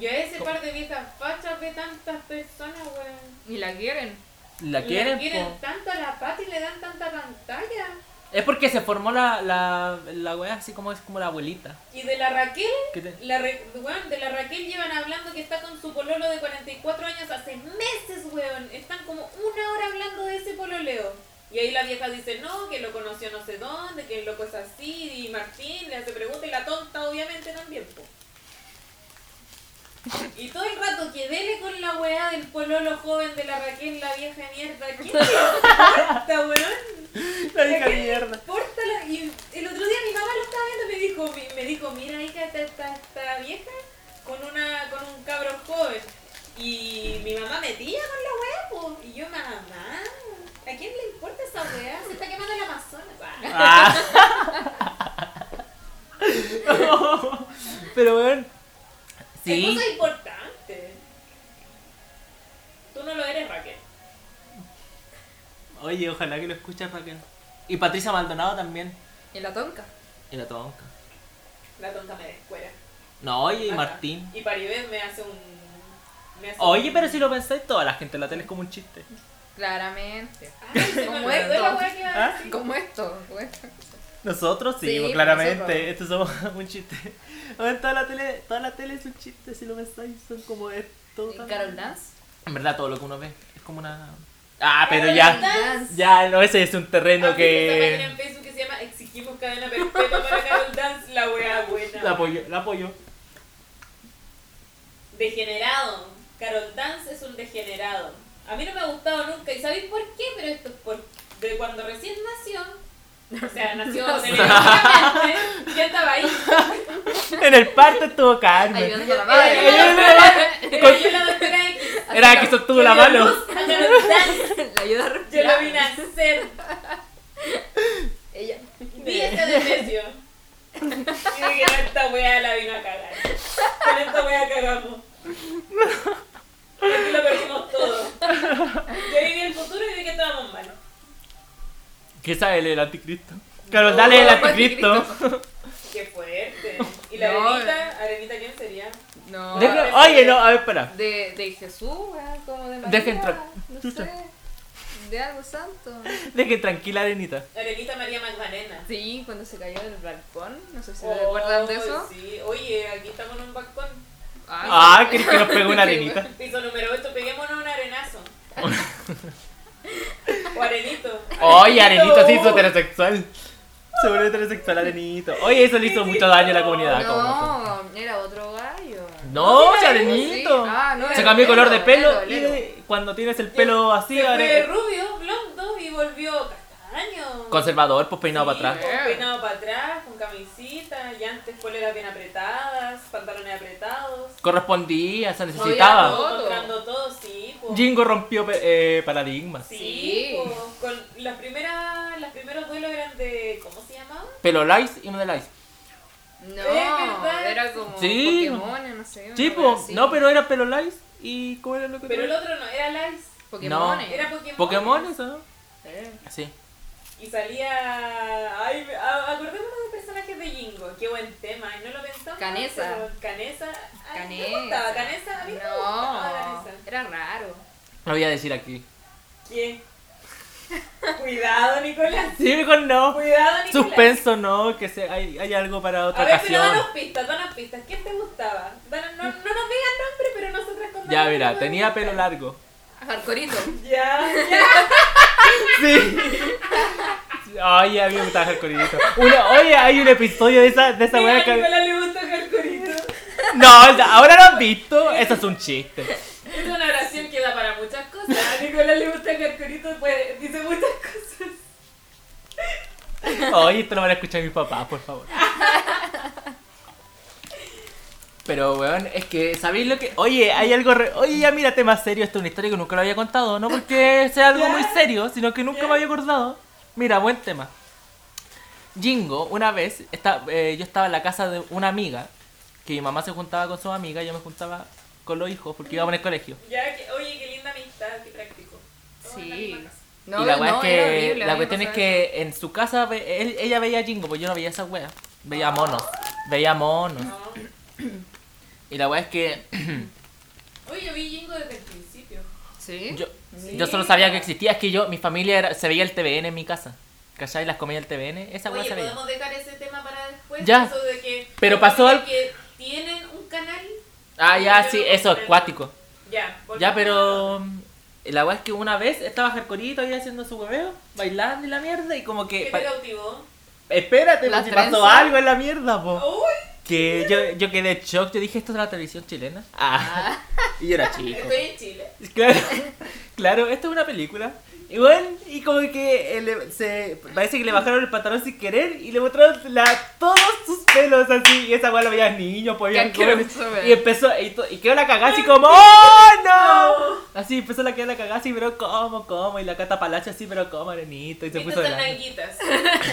Speaker 3: Yo a ese
Speaker 4: ¿Cómo?
Speaker 3: par de viejas fachas ve tantas personas, weón.
Speaker 2: Y la quieren.
Speaker 4: la quieren,
Speaker 3: La
Speaker 4: po.
Speaker 3: quieren tanto a la Pati, le dan tanta pantalla.
Speaker 4: Es porque se formó la, la, la wea así como es como la abuelita.
Speaker 3: Y de la Raquel,
Speaker 4: ¿Qué te-
Speaker 3: la Ra- weón, de la Raquel llevan hablando que está con su pololo de 44 años hace meses, weón. Están como una hora hablando de ese pololeo. Y ahí la vieja dice, no, que lo conoció no sé dónde, que el loco es así, y Martín le hace pregunta y la tonta obviamente también, po. Y todo el rato que dele con la weá del pololo joven de la Raquel, la vieja mierda. ¿Quién le importa, weón?
Speaker 4: La vieja mierda.
Speaker 3: importa la- Y el otro día mi mamá lo estaba viendo y me dijo, mi- me dijo mira hija, esta, esta, esta vieja con una con un cabro joven. Y mi mamá metía con la weá, po. Y yo, mamá, ¿a quién le importa esa weá? Se está quemando el Amazonas. Ah.
Speaker 4: Ah. Pero weón.
Speaker 3: Es
Speaker 4: Sí.
Speaker 3: cosa importante. Tú no lo eres, Raquel.
Speaker 4: Oye, ojalá que lo escuches Raquel. Y Patricia Maldonado también.
Speaker 2: Y la tonca.
Speaker 4: Y la tonca.
Speaker 3: La tonta me descuera.
Speaker 4: No, oye, y
Speaker 3: Acá.
Speaker 4: Martín.
Speaker 3: Y Paribet me hace un... me hace
Speaker 4: Oye,
Speaker 3: un-
Speaker 4: pero si lo pensáis, toda la gente en la tele es como un chiste.
Speaker 2: Claramente.
Speaker 3: Ay, se me
Speaker 2: Como
Speaker 3: olvidó
Speaker 2: esto.
Speaker 3: la weá que iba a
Speaker 4: ¿Ah?
Speaker 3: decir.
Speaker 2: Como esto, güey.
Speaker 4: Nosotros sí,
Speaker 2: Sí,
Speaker 4: pues,
Speaker 2: pues,
Speaker 4: claramente. Estos somos un chiste. Weón, toda la tele, toda la tele es un chiste, si lo pensáis, son como esto.
Speaker 2: ¿Y Carol Dance?
Speaker 4: En verdad, todo lo que uno ve es como una. Ah, pero
Speaker 3: Carol
Speaker 4: ya.
Speaker 3: Dance.
Speaker 4: Ya, no, ese es Ah, un terreno
Speaker 3: Hay una página
Speaker 4: que.
Speaker 3: en Facebook que se llama Exigimos cadena perpetua para Carol Dance, la wea buena.
Speaker 4: La apoyo, la apoyo.
Speaker 3: Degenerado. Carol Dance es un degenerado. A mí no me ha gustado nunca. ¿Y sabéis por qué? Pero esto es por de cuando recién nació. O sea, nació televisión, ya estaba ahí.
Speaker 4: En el parto estuvo Carmen.
Speaker 2: Ayudando a la
Speaker 3: Ay, ay,
Speaker 2: madre.
Speaker 3: Pero yo la doctora X.
Speaker 4: Era que sostuvo la
Speaker 3: que dio
Speaker 4: mano.
Speaker 3: luz a Carol Dance.
Speaker 2: La ayuda a
Speaker 3: Yo la
Speaker 2: respirar.
Speaker 3: vi nacer.
Speaker 2: Ella.
Speaker 3: Vi ese desprecio. Y dije, no, esta wea la vino a cagar. Con esta wea cagamos. Aquí lo perdimos todo. Yo viví el futuro y vi que estábamos mal.
Speaker 4: ¿Qué sabe el anticristo? Carol, dale el
Speaker 2: Oh,
Speaker 4: anticristo.
Speaker 3: Qué fuerte. ¿Y la
Speaker 2: No. eh.
Speaker 3: arenita? ¿Arenita quién sería?
Speaker 2: No.
Speaker 4: Deja- Oye, no, a ver, espera.
Speaker 2: De, de Jesús, weón, como de María.
Speaker 4: Deja entrar.
Speaker 2: No
Speaker 4: Chucha.
Speaker 2: sé. De algo santo.
Speaker 4: Deje tranquila, Arenita.
Speaker 3: Arenita María Magdalena.
Speaker 2: Sí, cuando se cayó del balcón. No sé si
Speaker 3: Oh,
Speaker 2: se acuerdan de eso.
Speaker 3: Sí. Oye, aquí estamos en un balcón.
Speaker 4: Ah, que que nos pegó una arenita.
Speaker 3: Piso número 8, peguémonos un arenazo. o arenito.
Speaker 4: Oye, Arenito se hizo heterosexual. Se volvió heterosexual, Arenito. Oye, eso le hizo mucho daño a la comunidad. como-
Speaker 2: No, era otro gallo.
Speaker 4: No,
Speaker 3: No,
Speaker 4: si
Speaker 3: sí,
Speaker 4: Arenito.
Speaker 2: Ah, no,
Speaker 4: Se
Speaker 2: era
Speaker 4: cambió el color de
Speaker 2: Lero,
Speaker 4: pelo y
Speaker 2: Lero, Lero.
Speaker 4: de- cuando tienes el pelo así,
Speaker 3: Se fue
Speaker 4: Are-
Speaker 3: rubio, blondo y volvió castaño.
Speaker 4: conservador, pues peinado para atrás.
Speaker 3: Con peinado para atrás, con camisita, y antes poleras bien apretadas, pantalones apretados.
Speaker 4: Correspondía, se
Speaker 2: Oye,
Speaker 4: necesitaba.
Speaker 2: Todo.
Speaker 3: Encontrando todo, sí, po.
Speaker 4: Jingo rompió eh, paradigmas.
Speaker 3: Sí,
Speaker 2: Sí.
Speaker 3: po. Con las primeras, los primeros duelos eran de, ¿cómo se llamaba?
Speaker 4: Pelo lice y monolice.
Speaker 2: No,
Speaker 3: verdad.
Speaker 2: era como
Speaker 4: Sí.
Speaker 2: Pokémon, no sé. una
Speaker 4: Sí,
Speaker 2: cosa
Speaker 4: pues,
Speaker 2: así.
Speaker 4: no, pero era pelo lice y ¿cómo era lo que
Speaker 3: Pero el
Speaker 4: tú-
Speaker 3: otro no, era Lice.
Speaker 2: Pokémon.
Speaker 3: Era Pokémon.
Speaker 4: Pokémon, eso, ¿no?
Speaker 2: Eh.
Speaker 4: Así.
Speaker 3: Y salía. Ay, me- a- acordémonos de personajes de Jingo. Qué buen tema. y No lo pensamos.
Speaker 2: Canesa.
Speaker 3: pero Canesa. ay,
Speaker 2: Canesa.
Speaker 3: Me gustaba. Canesa. A mí me gustaba
Speaker 2: No,
Speaker 3: Canesa.
Speaker 2: era raro.
Speaker 4: Lo voy a decir aquí.
Speaker 3: ¿Qué? Cuidado, Nicolás.
Speaker 4: Sí, mejor no.
Speaker 3: Cuidado, Nicolás.
Speaker 4: Suspenso, no, que se, hay, hay algo para otra
Speaker 3: A ver, pero
Speaker 4: ocasión.
Speaker 3: danos pistas, danos pistas. ¿Quién te gustaba? Danos- no, no nos digas nombre, pero nosotras contamos.
Speaker 4: Ya, mira, tenía pelo largo.
Speaker 2: Hardcoreito.
Speaker 3: Ya, ya.
Speaker 4: Sí. Oye, a mí me gustaba el corillito. Una, oye, hay un episodio de esa, de esa
Speaker 3: Mira,
Speaker 4: wea
Speaker 3: a
Speaker 4: que.
Speaker 3: Nicolás le gusta Calcorito.
Speaker 4: No, ahora lo han visto. Eso es un chiste.
Speaker 3: Es una oración que da para muchas cosas. A Nicolás le gusta Calcorito, pues dice muchas cosas.
Speaker 4: Oye, esto lo van a escuchar mis papás, por favor. Pero, weón, es que, ¿sabéis lo que...? Oye, hay algo... re- Oye, ya mira, tema serio, esta es una historia que nunca lo había contado, no porque sea algo muy serio, sino que nunca me había acordado. Mira, buen tema. Jingo, una vez, esta- eh, yo estaba en la casa de una amiga, que mi mamá se juntaba con sus amigas, yo me juntaba con los hijos, porque íbamos en el colegio.
Speaker 3: Ya, que, oye, qué linda amistad, qué práctico. Todos en la
Speaker 2: Sí.
Speaker 3: misma casa.
Speaker 2: No,
Speaker 4: y la weá
Speaker 2: no,
Speaker 4: es que.
Speaker 2: era horrible. a mí
Speaker 4: la
Speaker 2: me
Speaker 4: cuestión es
Speaker 2: pasaba
Speaker 4: que en su casa ve- él- ella veía a Jingo, pues yo no veía esa wea. Veía monos. Veía monos.
Speaker 3: No.
Speaker 4: Y la wea es que.
Speaker 3: Oye, yo vi Jingo desde el principio.
Speaker 2: eso. ¿Sí?
Speaker 4: Yo,
Speaker 3: Sí.
Speaker 4: yo solo sabía que existía, es que yo, mi familia era- se veía el TVN en mi casa. ¿Cachai? Las comía el TVN. Esa wea
Speaker 3: Oye,
Speaker 4: se veía.
Speaker 3: podemos dejar ese tema para después.
Speaker 4: Ya.
Speaker 3: Eso de que.
Speaker 4: Pero pasó
Speaker 3: de
Speaker 4: al-
Speaker 3: que tienen un canal.
Speaker 4: Ah, ya,
Speaker 3: Yo
Speaker 4: sí,
Speaker 3: no
Speaker 4: eso,
Speaker 3: comprendo.
Speaker 4: acuático.
Speaker 3: Ya,
Speaker 4: Ya,
Speaker 3: volvemos a-
Speaker 4: pero. mm, La wea es que una vez estaba Jarcorito ahí haciendo su hueveo, bailando y la mierda, y como
Speaker 3: ¿Qué
Speaker 4: que.
Speaker 3: te
Speaker 4: pa-
Speaker 3: cautivó?
Speaker 4: Espérate,
Speaker 2: Las
Speaker 4: pues, si pasó
Speaker 2: trenzas.
Speaker 4: algo en la mierda, po.
Speaker 3: Uy,
Speaker 4: Que yo, yo quedé en shock, yo dije, ¿esto es la televisión chilena? Ah. Y yo era chico.
Speaker 3: estoy en Chile.
Speaker 4: Claro, claro, esto es una película. Y bueno, y como que eh, le- se, parece que le bajaron el pantalón sin querer y le mostraron la, todos sus pelos así. Y esa weá lo veían niños, pues veían
Speaker 2: Qué
Speaker 4: jóvenes.
Speaker 2: asqueroso, weón.
Speaker 4: Y empezó, y, to- y quedó la cagada así como, ¡Oh no! Así empezó la quedó la cagada así, pero ¿cómo, cómo? Y la cata palacha así, pero ¿cómo, arenito? Y se
Speaker 3: Viste
Speaker 4: puso
Speaker 3: estas
Speaker 4: grande.
Speaker 3: nanguitas.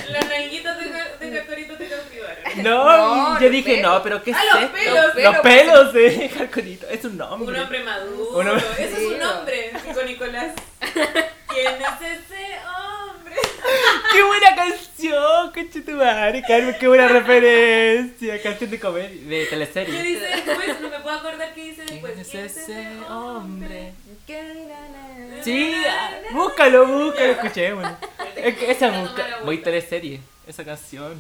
Speaker 3: Las nanguitas de, ca- de Castorito te cautivaron.
Speaker 4: No,
Speaker 2: No,
Speaker 4: yo
Speaker 2: los
Speaker 4: dije,
Speaker 2: pelos.
Speaker 4: no, pero ¿qué es
Speaker 3: Ah, los
Speaker 4: esto?
Speaker 3: pelos.
Speaker 4: Los pelos de Jarconito, es un nombre.
Speaker 3: Un hombre maduro.
Speaker 4: Un hombre-
Speaker 3: Ese es
Speaker 2: Sí.
Speaker 3: un hombre, dijo Nicolás. ¿Quién es ese hombre?
Speaker 4: ¡Qué buena canción! ¡Conchetumare! Carmen, qué buena referencia. Canción de comedia, de
Speaker 3: ¿Qué
Speaker 4: teleserie.
Speaker 3: dice Pues, después? No me puedo acordar qué dice después.
Speaker 4: ¿Quién es ese hombre?
Speaker 2: Que dirán, eh.
Speaker 4: Sí, ah, búscalo, búscalo, escuchémoslo. Es que esa busca, muy teleserie, esa canción.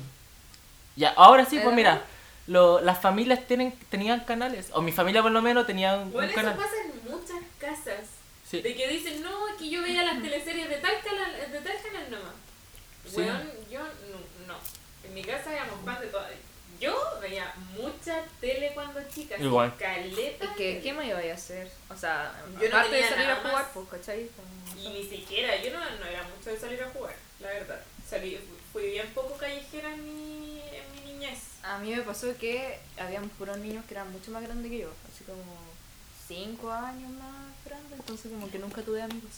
Speaker 4: Ya, ahora sí, pues
Speaker 3: Eh.
Speaker 4: mira, lo- las familias tienen, tenían canales, o mi familia por lo menos tenía un,
Speaker 3: Bueno,
Speaker 4: un
Speaker 3: eso
Speaker 4: canal.
Speaker 3: pasa en muchas casas.
Speaker 4: Sí.
Speaker 3: De que dicen, no, es que yo veía las teleseries de tal canal, de tal canal nomás.
Speaker 4: Sí.
Speaker 3: Weón, yo no, no. En mi casa éramos más de todas. Yo veía mucha tele cuando chica. así,
Speaker 4: Igual.
Speaker 3: Caleta.
Speaker 2: Es que, ¿qué me iba a hacer? O sea,
Speaker 3: Yo no
Speaker 2: aparte de
Speaker 3: tenía
Speaker 2: salir a
Speaker 3: nada
Speaker 2: jugar,
Speaker 3: más.
Speaker 2: pues, ¿cachai? Como-
Speaker 3: Y ni siquiera, yo no, no era mucho de salir a jugar, la verdad. Salí, fui bien poco callejera en mi, en mi niñez.
Speaker 2: A mí me pasó que habían puros niños que eran mucho más grandes que yo, así como 5 años más grandes, entonces como que nunca tuve amigos.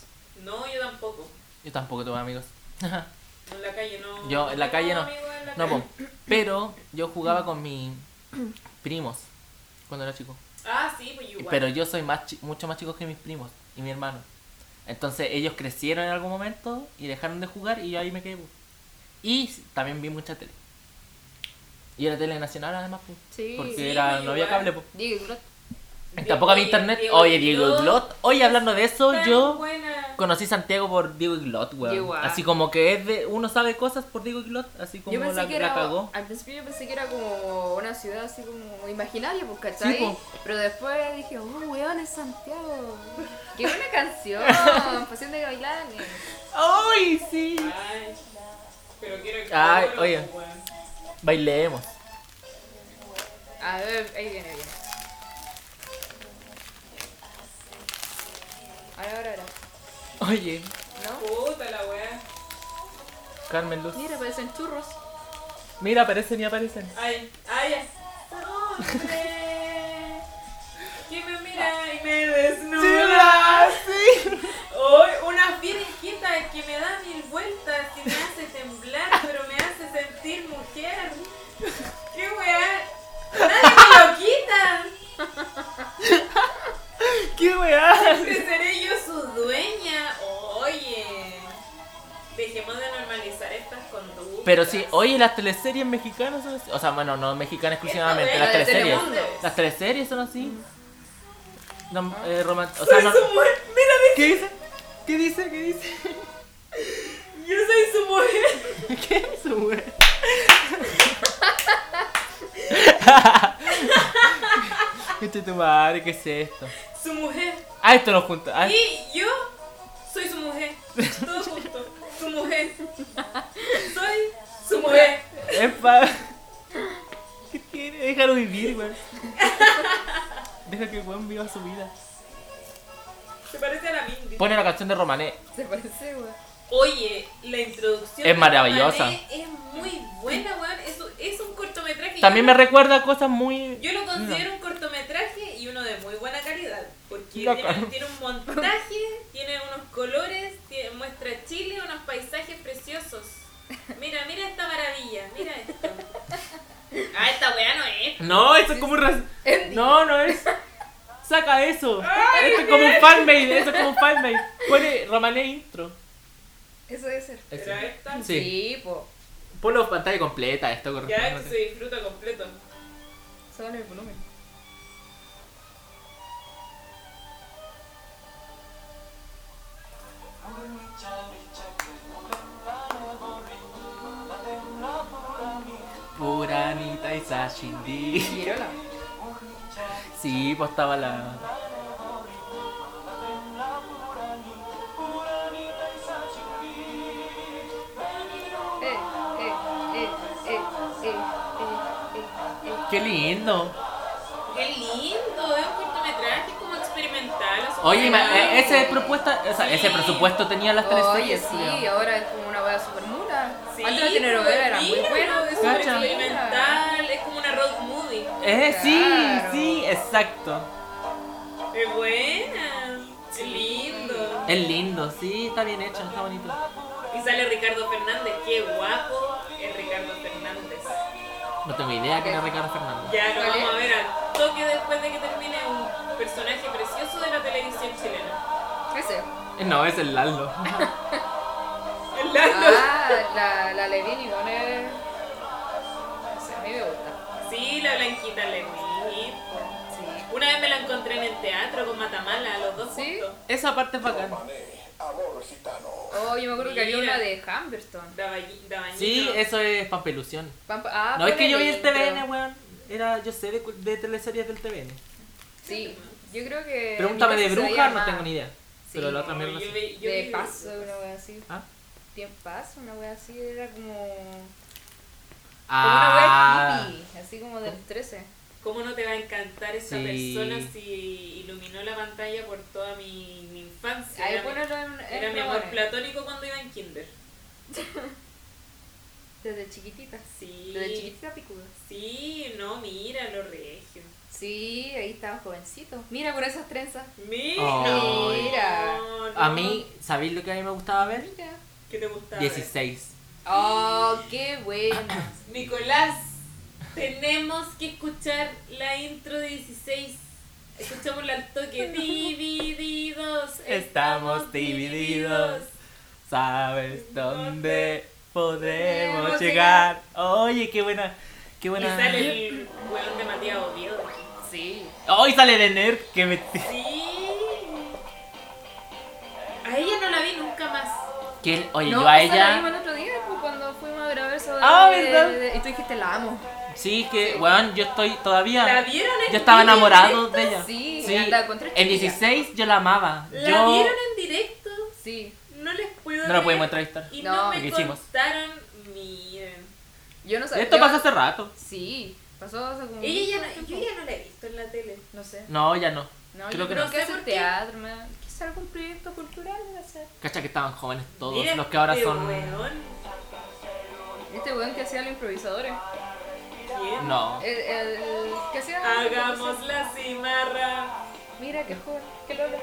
Speaker 3: No, yo tampoco.
Speaker 4: Yo tampoco tuve amigos.
Speaker 3: En la calle no.
Speaker 4: Yo en la
Speaker 3: no
Speaker 4: calle no.
Speaker 3: tengo amigos en la
Speaker 4: No, pues,
Speaker 3: calle.
Speaker 4: po. pero yo jugaba con mis primos cuando era chico.
Speaker 3: Ah, sí, pues yo igual.
Speaker 4: Pero yo soy más chi- mucho más chico que mis primos y mi hermano. Entonces ellos crecieron en algún momento y dejaron de jugar y yo ahí me quedé. pues. Y s- también vi mucha tele. Y era tele nacional además, pues,
Speaker 2: Sí,
Speaker 4: porque
Speaker 3: sí,
Speaker 4: era,
Speaker 3: pues,
Speaker 4: no había
Speaker 3: igual.
Speaker 4: cable. pues.
Speaker 2: Diego Glot.
Speaker 4: Y Tampoco había
Speaker 3: Diego-
Speaker 4: internet.
Speaker 3: Diego
Speaker 4: Oye, Diego
Speaker 3: Iglot.
Speaker 4: Glot. Oye, hablando de eso,
Speaker 3: Tan
Speaker 4: yo
Speaker 3: buena.
Speaker 4: conocí Santiago por Diego Glot,
Speaker 2: Yo
Speaker 4: weón.
Speaker 2: igual.
Speaker 4: Así como que es de, uno sabe cosas por Diego Glot, así como
Speaker 2: Yo pensé
Speaker 4: la,
Speaker 2: que era,
Speaker 4: la cagó.
Speaker 2: al principio yo pensé que era como una ciudad así como imaginaria, pues, ¿cachai?
Speaker 4: Sí, po.
Speaker 2: Pero después dije, oh, weón, es Santiago. Qué buena canción, Pasión de Gavilanes.
Speaker 4: ¡Ay, sí!
Speaker 3: Ay, pero quiero que.
Speaker 4: Ay,
Speaker 3: coro,
Speaker 4: oye.
Speaker 3: pues, weón.
Speaker 4: Bailemos.
Speaker 2: A ver, ahí viene bien. Ahora, ahora, ahora.
Speaker 4: Oye,
Speaker 2: ¿No?
Speaker 3: Puta la weá.
Speaker 4: Carmen Luz.
Speaker 2: Mira, parecen churros.
Speaker 4: Mira, aparecen y aparecen.
Speaker 3: Ay, ay, ay. Hombre, que me mira y me desnuda. Hoy una virgenita que me da mil vueltas y me hace temblar, pero me hace sentir mujer. ¡Qué weá! ¡Nadie me
Speaker 4: ¡Qué weá!
Speaker 3: lo quita! ¿Seré yo su dueña? Oye, dejemos de normalizar estas conductas.
Speaker 4: Pero sí, oye, las teleseries mexicanas son así. O sea, bueno, no mexicanas exclusivamente,
Speaker 3: Esto
Speaker 4: las
Speaker 2: es de Mm.
Speaker 4: teleseries.
Speaker 3: Telemundo.
Speaker 4: Las teleseries son así. No, eh, roman- o sea, no-
Speaker 3: Soy su mujer. Mira,
Speaker 4: ¿Qué dice? ¿Qué dice? ¿Qué dice?
Speaker 3: yo soy su mujer.
Speaker 4: ¿Qué es eso, güey? Este tu madre, ¿qué es esto?
Speaker 3: Su mujer.
Speaker 4: Ah, esto lo junta. Ah,
Speaker 3: Y yo soy su mujer. Todo junto. Su mujer. Soy su mujer.
Speaker 4: es pa- ¿Qué tiene? Déjalo vivir, güey. Deja que el güey viva su vida.
Speaker 3: Se parece a la Mindy.
Speaker 4: Pone la canción de Romané.
Speaker 2: Se parece, weón.
Speaker 3: Oye, la introducción.
Speaker 4: Es
Speaker 3: de
Speaker 4: maravillosa.
Speaker 3: Mané Es muy buena, weón. Es, un- es un cortometraje.
Speaker 4: También me
Speaker 3: yo,
Speaker 4: recuerda a cosas muy.
Speaker 3: yo lo considero un cortometraje y uno de muy buena calidad. Porque
Speaker 4: La
Speaker 3: tiene,
Speaker 4: cara.
Speaker 3: tiene un montaje, tiene unos colores, tiene- muestra Chile, unos paisajes preciosos. Mira, mira esta maravilla. Mira esto. Ah, esta weá no es.
Speaker 4: No, eso es como un. ras-
Speaker 2: Andy.
Speaker 4: No, no es. Saca eso. Esto es como un fanmade. Eso es como un fanmade. Pone Romané intro.
Speaker 2: Eso debe ser.
Speaker 3: Pero esta.
Speaker 4: Sí.
Speaker 2: po.
Speaker 4: Ponlo pantalla completa, esto
Speaker 3: Ya
Speaker 4: corresponde.
Speaker 3: se disfruta completo.
Speaker 2: Solo el volumen.
Speaker 4: Puranita y Sashindi.
Speaker 2: Girola.
Speaker 4: Sí, pues estaba la.
Speaker 2: Eh, eh, eh, eh, eh, eh, eh.
Speaker 4: Qué lindo.
Speaker 3: Qué lindo, es un cortometraje como experimental. o sea,
Speaker 4: Oye, ma-
Speaker 3: como-
Speaker 4: eh, ese propuesta, o sea, ese
Speaker 3: Sí.
Speaker 4: presupuesto tenía las tres
Speaker 2: Oye,
Speaker 4: series,
Speaker 2: sí,
Speaker 4: creo.
Speaker 2: ahora es como una wea super mula.
Speaker 3: Sí,
Speaker 2: Antes la telenovela era muy
Speaker 3: mira,
Speaker 2: buena.
Speaker 3: Es
Speaker 4: eh. Cacha.
Speaker 3: súper experimental, es como una road movie.
Speaker 4: Eh, sí,
Speaker 2: Claro.
Speaker 4: sí, exacto.
Speaker 3: Es buena, es lindo.
Speaker 4: Es lindo, sí, está bien hecho, está bonito.
Speaker 3: Y sale Ricardo Fernández, qué guapo es Ricardo Fernández.
Speaker 4: No tengo idea quién es Ricardo Fernández.
Speaker 3: Ya lo
Speaker 2: ¿Cuál
Speaker 3: vamos
Speaker 2: es?
Speaker 3: a ver al toque después de que termine un personaje precioso de la televisión chilena.
Speaker 2: Ese.
Speaker 4: Eh, No, es el Lalo.
Speaker 3: El Lalo.
Speaker 2: Ah, la, la Levin y Bonet. No sé, a mí me gusta.
Speaker 3: Sí, la blanquita Lewin.
Speaker 2: Sí.
Speaker 3: Una vez me la encontré en el teatro con Matamala, los dos
Speaker 2: ¿Sí?
Speaker 3: juntos.
Speaker 4: Esa parte es bacana.
Speaker 6: Amor gitano.
Speaker 2: Oh, yo me acuerdo que había
Speaker 3: Mira.
Speaker 2: una de Humberton.
Speaker 3: Dabañi- Dabañino.
Speaker 4: Sí, eso es Pampelusión.
Speaker 2: Pampa- ah,
Speaker 4: No es
Speaker 2: ponele
Speaker 4: que yo vi este el
Speaker 2: intro.
Speaker 4: TVN, weón. Era, yo sé de, cu- de teleseries del TVN.
Speaker 2: Sí, yo creo que.
Speaker 4: Pregúntame
Speaker 2: en mi
Speaker 4: de
Speaker 2: casa se veía
Speaker 4: bruja, no
Speaker 2: más.
Speaker 4: tengo ni idea. Pero la otra
Speaker 3: No,
Speaker 4: mierda.
Speaker 3: yo
Speaker 4: sí.
Speaker 3: vi- yo
Speaker 2: De
Speaker 3: vi-
Speaker 2: paso, una wea así.
Speaker 4: ¿Ah?
Speaker 2: Bien paso, una wea así. Era como.
Speaker 4: Ah.
Speaker 2: Como una wea creepy, así como del 13.
Speaker 3: ¿Cómo no te va a encantar esa
Speaker 4: Sí.
Speaker 3: persona si iluminó la pantalla por toda mi, mi infancia?
Speaker 2: Ahí
Speaker 3: era mi,
Speaker 2: ponelo en. en
Speaker 3: era mi amor
Speaker 2: Ramones.
Speaker 3: platónico cuando iba en kinder.
Speaker 2: Desde chiquitita. Desde
Speaker 3: Sí.
Speaker 2: chiquitita picuda.
Speaker 3: Sí, no, mira, lo regio.
Speaker 2: Sí, ahí estaba jovencito. Mira con esas trenzas.
Speaker 3: Mira.
Speaker 4: Oh.
Speaker 2: Mira.
Speaker 3: No, no.
Speaker 4: A mí, ¿sabéis lo que a mí me gustaba ver?
Speaker 2: Mira.
Speaker 3: ¿Qué te gustaba?
Speaker 4: 16.
Speaker 2: Oh, qué buenas.
Speaker 3: Nicolás, tenemos que escuchar la intro de 16. Escuchémosla al toque. Divididos.
Speaker 4: Estamos divididos. ¿Sabes dónde podremos
Speaker 3: Podemos
Speaker 4: llegar? Oye, qué buena. Qué
Speaker 3: Y
Speaker 4: buena.
Speaker 3: sale el hueón de Matías Oviedo.
Speaker 2: Sí.
Speaker 4: Hoy sale de Nerd que me.
Speaker 3: Sí. A ella no la vi nunca más.
Speaker 4: ¿Quién? Oye,
Speaker 2: No,
Speaker 4: yo a
Speaker 2: esa la
Speaker 4: ella.
Speaker 2: vimos el otro día, pues, cuando fuimos a grabar eso. de-
Speaker 4: Ah,
Speaker 2: de-
Speaker 4: ¿verdad?
Speaker 2: de- y tú dijiste, la amo.
Speaker 4: Sí, que, weón, yo estoy
Speaker 3: ¿La
Speaker 4: todavía.
Speaker 3: vieron en
Speaker 4: Yo estaba
Speaker 3: directo?
Speaker 4: enamorado de ella.
Speaker 2: Sí, anda, contra
Speaker 4: En
Speaker 2: chiquilla.
Speaker 4: 16 yo la amaba.
Speaker 3: ¿La
Speaker 4: yo.
Speaker 3: vieron en directo?
Speaker 2: Sí.
Speaker 3: No les puedo
Speaker 4: No la
Speaker 3: creer.
Speaker 4: podemos entrevistar.
Speaker 3: Y
Speaker 2: No.
Speaker 3: no,
Speaker 4: Porque
Speaker 3: me
Speaker 4: hicimos.
Speaker 3: contaron. Miren.
Speaker 2: Yo no sabía.
Speaker 4: Esto
Speaker 2: yo-
Speaker 4: pasó hace rato.
Speaker 2: Sí, pasó hace como.
Speaker 3: Ella ya no, yo ya no la he visto en la tele.
Speaker 2: No sé.
Speaker 4: No, ya no.
Speaker 2: No,
Speaker 4: Creo
Speaker 2: yo
Speaker 4: que
Speaker 2: creo
Speaker 4: no.
Speaker 2: que
Speaker 3: No sé
Speaker 2: hace
Speaker 3: por qué.
Speaker 2: teatro, man. Quizá algún proyecto cultural, no sé.
Speaker 4: Cacha que estaban jóvenes todos.
Speaker 3: Mira
Speaker 4: los que ahora
Speaker 3: este
Speaker 4: son.
Speaker 3: weón.
Speaker 2: Este weón que hacía los improvisadores.
Speaker 3: ¿Quién?
Speaker 4: No.
Speaker 2: El, el que hacía.
Speaker 3: Hagamos la cimarra.
Speaker 2: Mira, qué joven, qué lolo.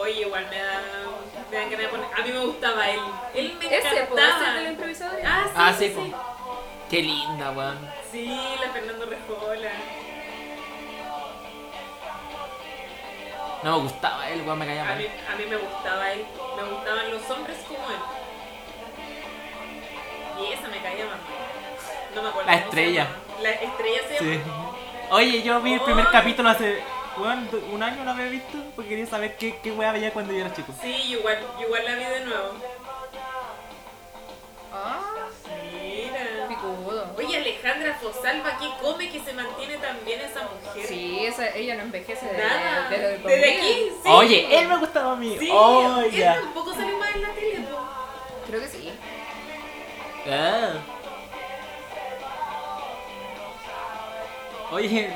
Speaker 3: Oye, igual me da. Me dan ganas de poner. A mí me gustaba él. Él me
Speaker 2: Ese, pues, ese
Speaker 3: encantaba.
Speaker 2: de los improvisadores.
Speaker 3: ah, sí.
Speaker 4: Ah, sí,
Speaker 3: sí,
Speaker 4: po. Qué linda, weón.
Speaker 3: Sí, la Fernando Rejola.
Speaker 4: No me gustaba él, weón, me caía
Speaker 3: A mí,
Speaker 4: mal.
Speaker 3: a mí me gustaba él. Me gustaban los hombres como él. Y esa me caía mal. No me acuerdo.
Speaker 4: La
Speaker 3: cómo se
Speaker 4: estrella.
Speaker 3: llamaba. La estrella se
Speaker 4: Sí.
Speaker 3: llama.
Speaker 4: Oye, yo vi el primer
Speaker 3: Oh.
Speaker 4: capítulo hace. Weón, do- un año no había visto porque quería saber qué, qué weá veía cuando yo era chico.
Speaker 3: Sí, yo igual, yo igual la vi de nuevo.
Speaker 2: Ah,
Speaker 3: Mira.
Speaker 2: picudo.
Speaker 3: Oye, Alejandra Fosalva, ¿qué come que se mantiene tan bien esa mujer?
Speaker 2: Sí, esa, ella no envejece de,
Speaker 3: Nada.
Speaker 2: de lo de comida.
Speaker 3: Desde aquí, sí.
Speaker 4: Oye, él me gustaba a mí.
Speaker 3: Sí,
Speaker 4: oh,
Speaker 3: él
Speaker 4: ya.
Speaker 3: tampoco salió más en la tele. po.
Speaker 2: Creo que sí.
Speaker 4: Ah. Oye,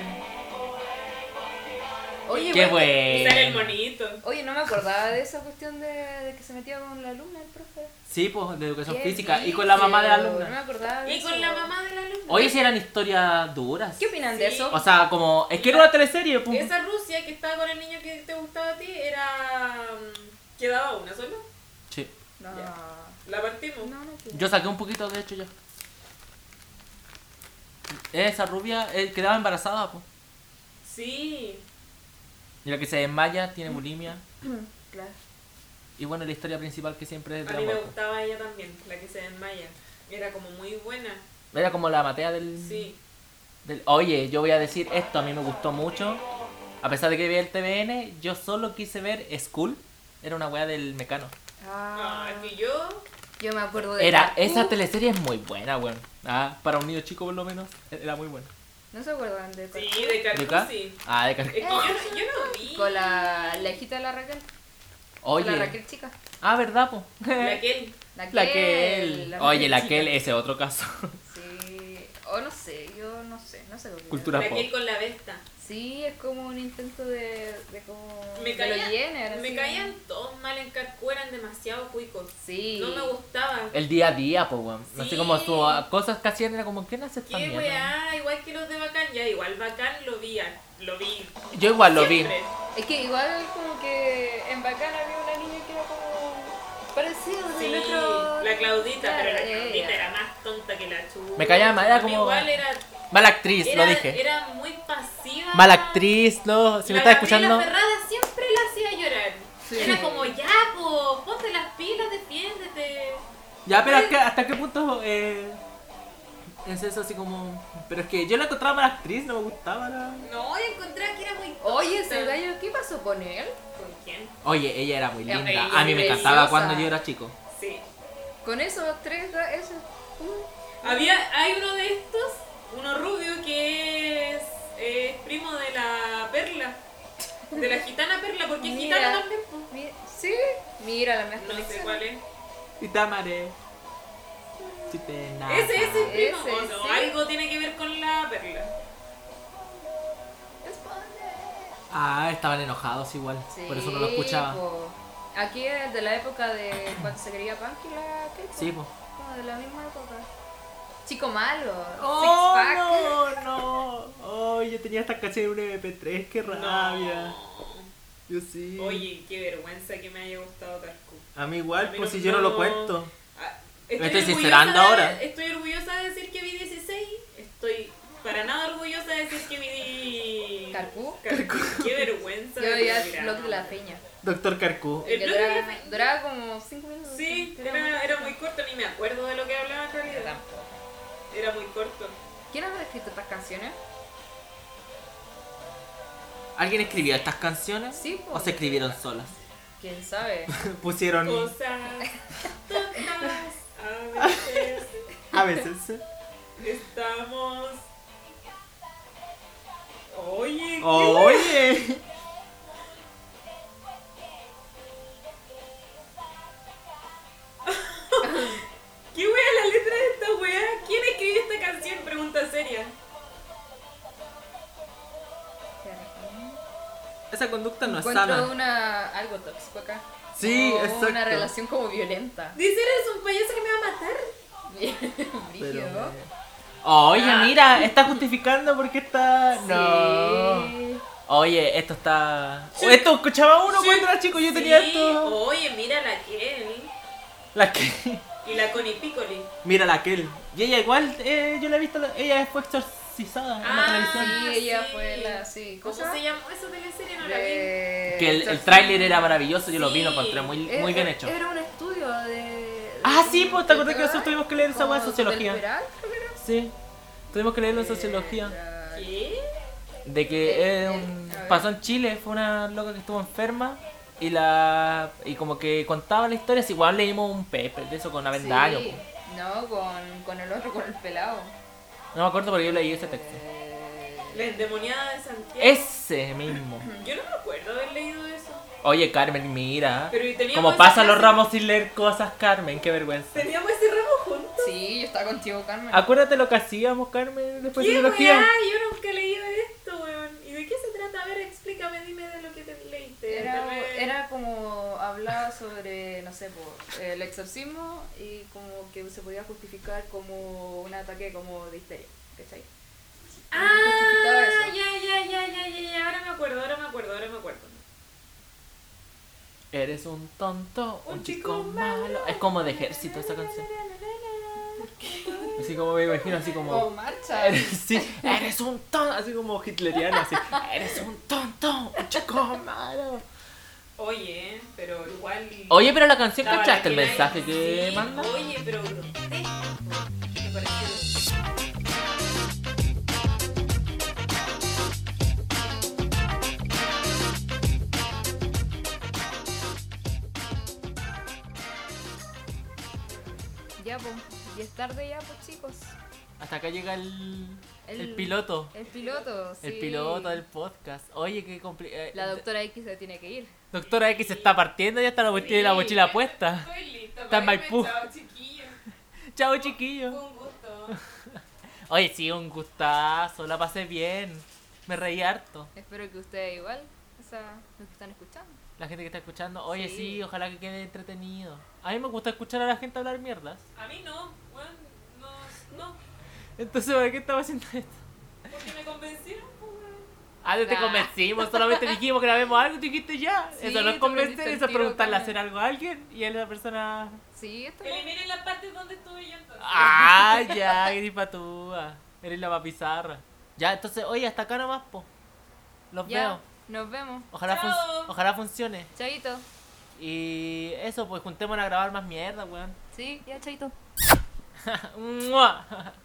Speaker 2: Oye,
Speaker 4: qué
Speaker 2: weón,
Speaker 3: Y sale el
Speaker 4: bueno.
Speaker 3: monito.
Speaker 2: Oye, no me acordaba de esa cuestión de, de que se metía con la alumna el profe.
Speaker 4: Sí, pues, de educación
Speaker 2: Qué
Speaker 4: física. Y
Speaker 2: brillo,
Speaker 4: con la mamá de la
Speaker 2: No me
Speaker 4: alumna.
Speaker 2: acordaba de
Speaker 3: Y
Speaker 2: eso.
Speaker 3: con la mamá de la alumna.
Speaker 4: Oye, si eran historias duras.
Speaker 2: ¿Qué opinan de
Speaker 3: Sí.
Speaker 2: eso?
Speaker 4: O sea, como. Es que era una teleserie, pum.
Speaker 3: Esa Rusia que estaba con el niño que te gustaba a ti era. mm, ¿Quedaba una sola?
Speaker 4: Sí.
Speaker 2: No,
Speaker 3: La partimos.
Speaker 2: no, no.
Speaker 4: Yo saqué un poquito, de hecho, ya. Esa rubia eh, quedaba embarazada, pues.
Speaker 3: Sí.
Speaker 4: Y la que se desmaya, tiene bulimia.
Speaker 2: Claro.
Speaker 4: Y bueno, la historia principal que siempre es
Speaker 3: A
Speaker 4: de
Speaker 3: mí me
Speaker 4: amor.
Speaker 3: gustaba ella también, la que se desmaya. Era como muy buena.
Speaker 4: Era como la matea del,
Speaker 3: Sí.
Speaker 4: del- Oye, yo voy a decir esto, a mí me gustó mucho. A pesar de que vi el TVN, yo solo quise ver School. Era una wea del mecano.
Speaker 2: Ah,
Speaker 3: Ah, que yo.
Speaker 2: yo me acuerdo de
Speaker 4: Era,
Speaker 2: Taku.
Speaker 4: esa teleserie es muy buena, weón. Ah, para un niño chico por lo menos, era muy buena.
Speaker 2: ¿No se acuerdan de Taku?
Speaker 3: Sí, de
Speaker 4: ¿Luca?
Speaker 3: Carcusi.
Speaker 4: Ah, de
Speaker 3: Es
Speaker 4: Car-
Speaker 3: que yo, no- yo no vi.
Speaker 2: Eh, Con la, la hijita de la Raquel. Con la
Speaker 4: Oye.
Speaker 2: Raquel chica.
Speaker 4: Ah, ¿verdad, po?
Speaker 3: La que
Speaker 4: La que él.
Speaker 2: la
Speaker 4: Oye,
Speaker 2: Raquel
Speaker 4: la
Speaker 2: chica.
Speaker 4: que él, ese otro caso.
Speaker 2: Sí. O no sé, yo no sé, no sé lo que era.
Speaker 4: Cultura.
Speaker 3: La que con la Vesta.
Speaker 2: Sí, es como un intento de, de como...
Speaker 3: Me
Speaker 2: Oh, de los
Speaker 3: caían,
Speaker 2: Jenner,
Speaker 3: me
Speaker 2: así.
Speaker 3: caían todos mal en Carcu, eran demasiado cuicos.
Speaker 2: Sí.
Speaker 3: No me gustaban.
Speaker 4: El día a día, po, weón. No sé
Speaker 3: Sí.
Speaker 4: cómo estuvo. Cosas que hacían era como, ¿qué nace esta
Speaker 3: Qué
Speaker 4: mierda?
Speaker 3: weá, igual que los de Bacán, ya igual Bacán lo vi, a- lo vi.
Speaker 4: Yo igual Ah, lo vi.
Speaker 3: siempre.
Speaker 2: Es que igual como que en Bacán había una niña que era como parecida de
Speaker 3: Sí,
Speaker 2: nuestro...
Speaker 3: la Claudita,
Speaker 2: Claro,
Speaker 3: pero la
Speaker 2: ella.
Speaker 3: Claudita era más tonta que la chuva.
Speaker 4: Me caía mal, era como-
Speaker 3: Igual era,
Speaker 4: Mala actriz,
Speaker 3: era,
Speaker 4: lo dije.
Speaker 3: era muy pasiva.
Speaker 4: Mala actriz, no. Si me
Speaker 3: La
Speaker 4: estás escuchando.
Speaker 3: Gabriela Ferrada siempre la hacía llorar.
Speaker 2: Sí.
Speaker 3: Era como, ya, po, ponte las pilas, defiéndete.
Speaker 4: Ya, pero ¿hasta qué- ¿hasta qué punto eh, es eso así como... Pero es que yo la encontraba mala actriz, no me gustaba la...
Speaker 3: No, yo encontré que era muy tonta.
Speaker 2: Oye, ese gallo, ¿qué pasó con él?
Speaker 3: ¿Con quién?
Speaker 4: Oye, ella era muy
Speaker 2: Ella-
Speaker 4: linda.
Speaker 2: ella
Speaker 4: a mí me
Speaker 2: es
Speaker 4: encantaba
Speaker 2: preciosa.
Speaker 4: cuando yo era chico.
Speaker 3: Sí.
Speaker 2: Con esos tres, ga- esos...
Speaker 3: Había, hay uno de estos, uno rubio, que es, es primo de la perla. De la gitana perla, porque es
Speaker 2: Mira.
Speaker 3: gitana también. po.
Speaker 2: mi- Sí, mira la mezcla.
Speaker 3: No sé cuál es.
Speaker 4: Y tamaré. Si te na-
Speaker 3: Ese, ese es primo.
Speaker 2: Ese,
Speaker 3: o no,
Speaker 2: sí.
Speaker 3: Algo tiene que ver con la perla.
Speaker 4: Ah, estaban enojados igual. por eso no lo
Speaker 2: Sí,
Speaker 4: escuchaba.
Speaker 2: po. Aquí es de la época de cuando se quería punk y la K-pop.
Speaker 4: Sí, po.
Speaker 2: Como de la misma época. Chico malo.
Speaker 4: Oh,
Speaker 2: six pack.
Speaker 4: no, no. Oh, yo tenía esta canción en un MP3, qué rabia. Yo sí.
Speaker 3: Oye, qué vergüenza que me haya gustado Tarku.
Speaker 4: A mí igual,
Speaker 3: A mí
Speaker 4: pues
Speaker 3: no-
Speaker 4: si yo no lo
Speaker 3: no.
Speaker 4: cuento.
Speaker 3: Ah,
Speaker 4: Me estoy
Speaker 3: orgullosa
Speaker 4: sincerando
Speaker 3: de-
Speaker 4: ahora.
Speaker 3: Estoy orgullosa de decir que vi 16. Estoy para nada orgullosa de decir que mi.
Speaker 2: Carcú.
Speaker 3: Carcú. Qué vergüenza.
Speaker 2: Yo
Speaker 3: de
Speaker 2: veía el
Speaker 3: programa.
Speaker 2: blog de la peña.
Speaker 4: Doctor Carcú.
Speaker 3: El
Speaker 2: que
Speaker 3: blog de la
Speaker 2: duraba,
Speaker 3: Peña.
Speaker 2: duraba como 5 minutos.
Speaker 3: Sí,
Speaker 2: Era muy-
Speaker 3: era, era muy corto, ni me acuerdo de lo que hablaba en
Speaker 2: Yo
Speaker 3: realidad.
Speaker 2: tampoco.
Speaker 3: Era muy corto.
Speaker 2: ¿Quién habrá escrito estas canciones?
Speaker 4: ¿Alguien escribió estas canciones?
Speaker 2: Sí, po.
Speaker 4: ¿O se escribieron solas?
Speaker 2: ¿Quién sabe?
Speaker 4: Pusieron
Speaker 3: Cosas tontas. A veces
Speaker 4: a veces.
Speaker 3: estamos. Oye,
Speaker 4: Oh. Oye.
Speaker 3: ¿qué wea la letra de esta wea? ¿Quién escribió esta canción? Pregunta seria.
Speaker 4: Esa conducta no es
Speaker 2: Encuentro
Speaker 4: sana.
Speaker 2: una, algo tóxico acá.
Speaker 4: Sí,
Speaker 2: O
Speaker 4: exacto.
Speaker 2: Una relación como violenta.
Speaker 3: Dice, eres un payaso que me va a matar.
Speaker 4: Pero
Speaker 2: Brígido.
Speaker 4: me- Oye, mira, está justificando porque está. No.
Speaker 2: Sí.
Speaker 4: Oye, esto está. Esto escuchaba uno
Speaker 3: Sí.
Speaker 4: cuando era chico, yo tenía
Speaker 3: Sí,
Speaker 4: esto.
Speaker 3: Oye, mira la Kelly
Speaker 4: La que.
Speaker 3: y la Connie Piccoli.
Speaker 4: Mira la aquel. Y ella igual, eh, yo la he visto, ella fue exorcizada en la
Speaker 3: Ah,
Speaker 4: televisión.
Speaker 2: Sí, ella
Speaker 3: sí.
Speaker 2: fue la. Sí.
Speaker 3: ¿Cómo se llamó esa teleserie? No la vi.
Speaker 2: De-
Speaker 4: Que el, el tráiler era maravilloso, yo lo vi, lo
Speaker 3: Sí.
Speaker 4: encontré muy,
Speaker 2: Era-
Speaker 4: muy bien hecho.
Speaker 2: Era un estudio de.
Speaker 4: Ah,
Speaker 2: de-
Speaker 4: sí, pues te acordás que
Speaker 2: de-
Speaker 4: nosotros tuvimos que leer esa hueá de
Speaker 2: como del
Speaker 4: sociología.
Speaker 2: Peral, creo que era.
Speaker 4: Sí, tuvimos que leerlo en sociología.
Speaker 2: Era-
Speaker 3: ¿Qué?
Speaker 4: De que
Speaker 2: Eh,
Speaker 4: eh,
Speaker 2: eh,
Speaker 4: un-
Speaker 2: a ver.
Speaker 4: pasó en Chile, fue una loca que estuvo enferma y la y como que contaba la historia, si igual leímos un Pepe de eso con Avendaño.
Speaker 2: Sí. No, con, con el otro, con el pelado.
Speaker 4: No me acuerdo, pero yo leí ese texto.
Speaker 2: Eh,
Speaker 3: La endemoniada de Santiago.
Speaker 4: Ese mismo.
Speaker 3: Yo no me acuerdo haber leído eso.
Speaker 4: Oye, Carmen, mira. ¿eh?
Speaker 3: Pero y teníamos
Speaker 4: Como
Speaker 3: esa
Speaker 4: pasa los
Speaker 3: clase-
Speaker 4: ramos sin leer cosas, Carmen, qué vergüenza.
Speaker 3: Teníamos ese ramo juntos.
Speaker 2: Sí, yo estaba contigo, Carmen.
Speaker 4: Acuérdate lo que hacíamos, Carmen, después de
Speaker 3: ¿Qué
Speaker 4: Pues biología.
Speaker 3: weá? Yo nunca he leído esto, weón. ¿Y de qué se trata? A ver, explícame, dime de lo que te leíste. Tal
Speaker 2: Era,
Speaker 3: vez-
Speaker 2: era como hablaba sobre, no sé, po, el exorcismo y como que se podía justificar como un ataque como de histeria, ¿cachai? justificaba
Speaker 3: Ah,
Speaker 2: eso.
Speaker 3: ya, ya, ya, ya, ya, ya. Ahora me acuerdo, ahora me acuerdo, ahora me acuerdo.
Speaker 4: Eres un tonto, un, chico, malo. Es como de ejército esa canción. Así como me imagino, así como.
Speaker 2: O marcha.
Speaker 4: Eres, sí, eres un tonto, así como hitleriano, así. Eres un tonto, un chico malo.
Speaker 3: Oye, pero igual.
Speaker 4: Oye, pero la canción,
Speaker 3: La
Speaker 4: ¿cachaste el
Speaker 3: Valentina-
Speaker 4: mensaje que
Speaker 3: sí,
Speaker 4: manda?
Speaker 3: Oye, pero grotesco. Me pareció.
Speaker 2: Ya, pues, y es tarde ya, pues, chicos.
Speaker 4: Hasta acá llega el. El,
Speaker 2: El-
Speaker 4: piloto.
Speaker 2: El piloto, sí.
Speaker 4: El piloto del podcast. Oye, qué complicado.
Speaker 2: La doctora X se tiene que ir.
Speaker 4: Doctora X se está partiendo y hasta la mochila, la
Speaker 3: Sí.
Speaker 4: mochila puesta.
Speaker 3: Estoy lista.
Speaker 4: Está en
Speaker 3: para irme,
Speaker 4: Maipú.
Speaker 3: chao, chiquillos.
Speaker 4: Chao,
Speaker 3: Fue
Speaker 4: chiquillo.
Speaker 3: un gusto.
Speaker 4: Oye, sí, un gustazo. La pasé bien. Me reí harto.
Speaker 2: Espero que ustedes igual, o sea, los que están escuchando.
Speaker 4: La gente que está escuchando, oye,
Speaker 2: Sí.
Speaker 4: sí. ojalá que quede entretenido. A mí me gusta escuchar a la gente hablar mierdas.
Speaker 3: A mí no, weón, no, no,
Speaker 4: Entonces, ¿para qué estaba haciendo esto?
Speaker 3: porque me convencieron, pues, weón.
Speaker 4: Antes te
Speaker 2: Nah.
Speaker 4: convencimos, solamente dijimos que grabemos algo y tú dijiste ya.
Speaker 2: Sí,
Speaker 4: eso no es
Speaker 2: te
Speaker 4: convencer,
Speaker 2: prendiste el
Speaker 4: eso es
Speaker 2: tiro,
Speaker 4: preguntarle a
Speaker 2: Carmen.
Speaker 4: hacer algo a alguien y a la persona.
Speaker 2: Sí, esto es
Speaker 3: Eliminen las partes donde estuve yo entonces.
Speaker 4: ¡Ah, ya! Eres patúa. Eres la papizarra. Ya, entonces, oye, hasta acá nomás, po. Los
Speaker 2: Ya,
Speaker 4: veo.
Speaker 2: nos vemos.
Speaker 4: Ojalá, fun-
Speaker 3: Chao.
Speaker 4: ojalá funcione.
Speaker 2: Chaito.
Speaker 4: Y eso, pues juntémonos a grabar más mierda, weón.
Speaker 2: Sí, ya, chaito.
Speaker 4: ¡Mua!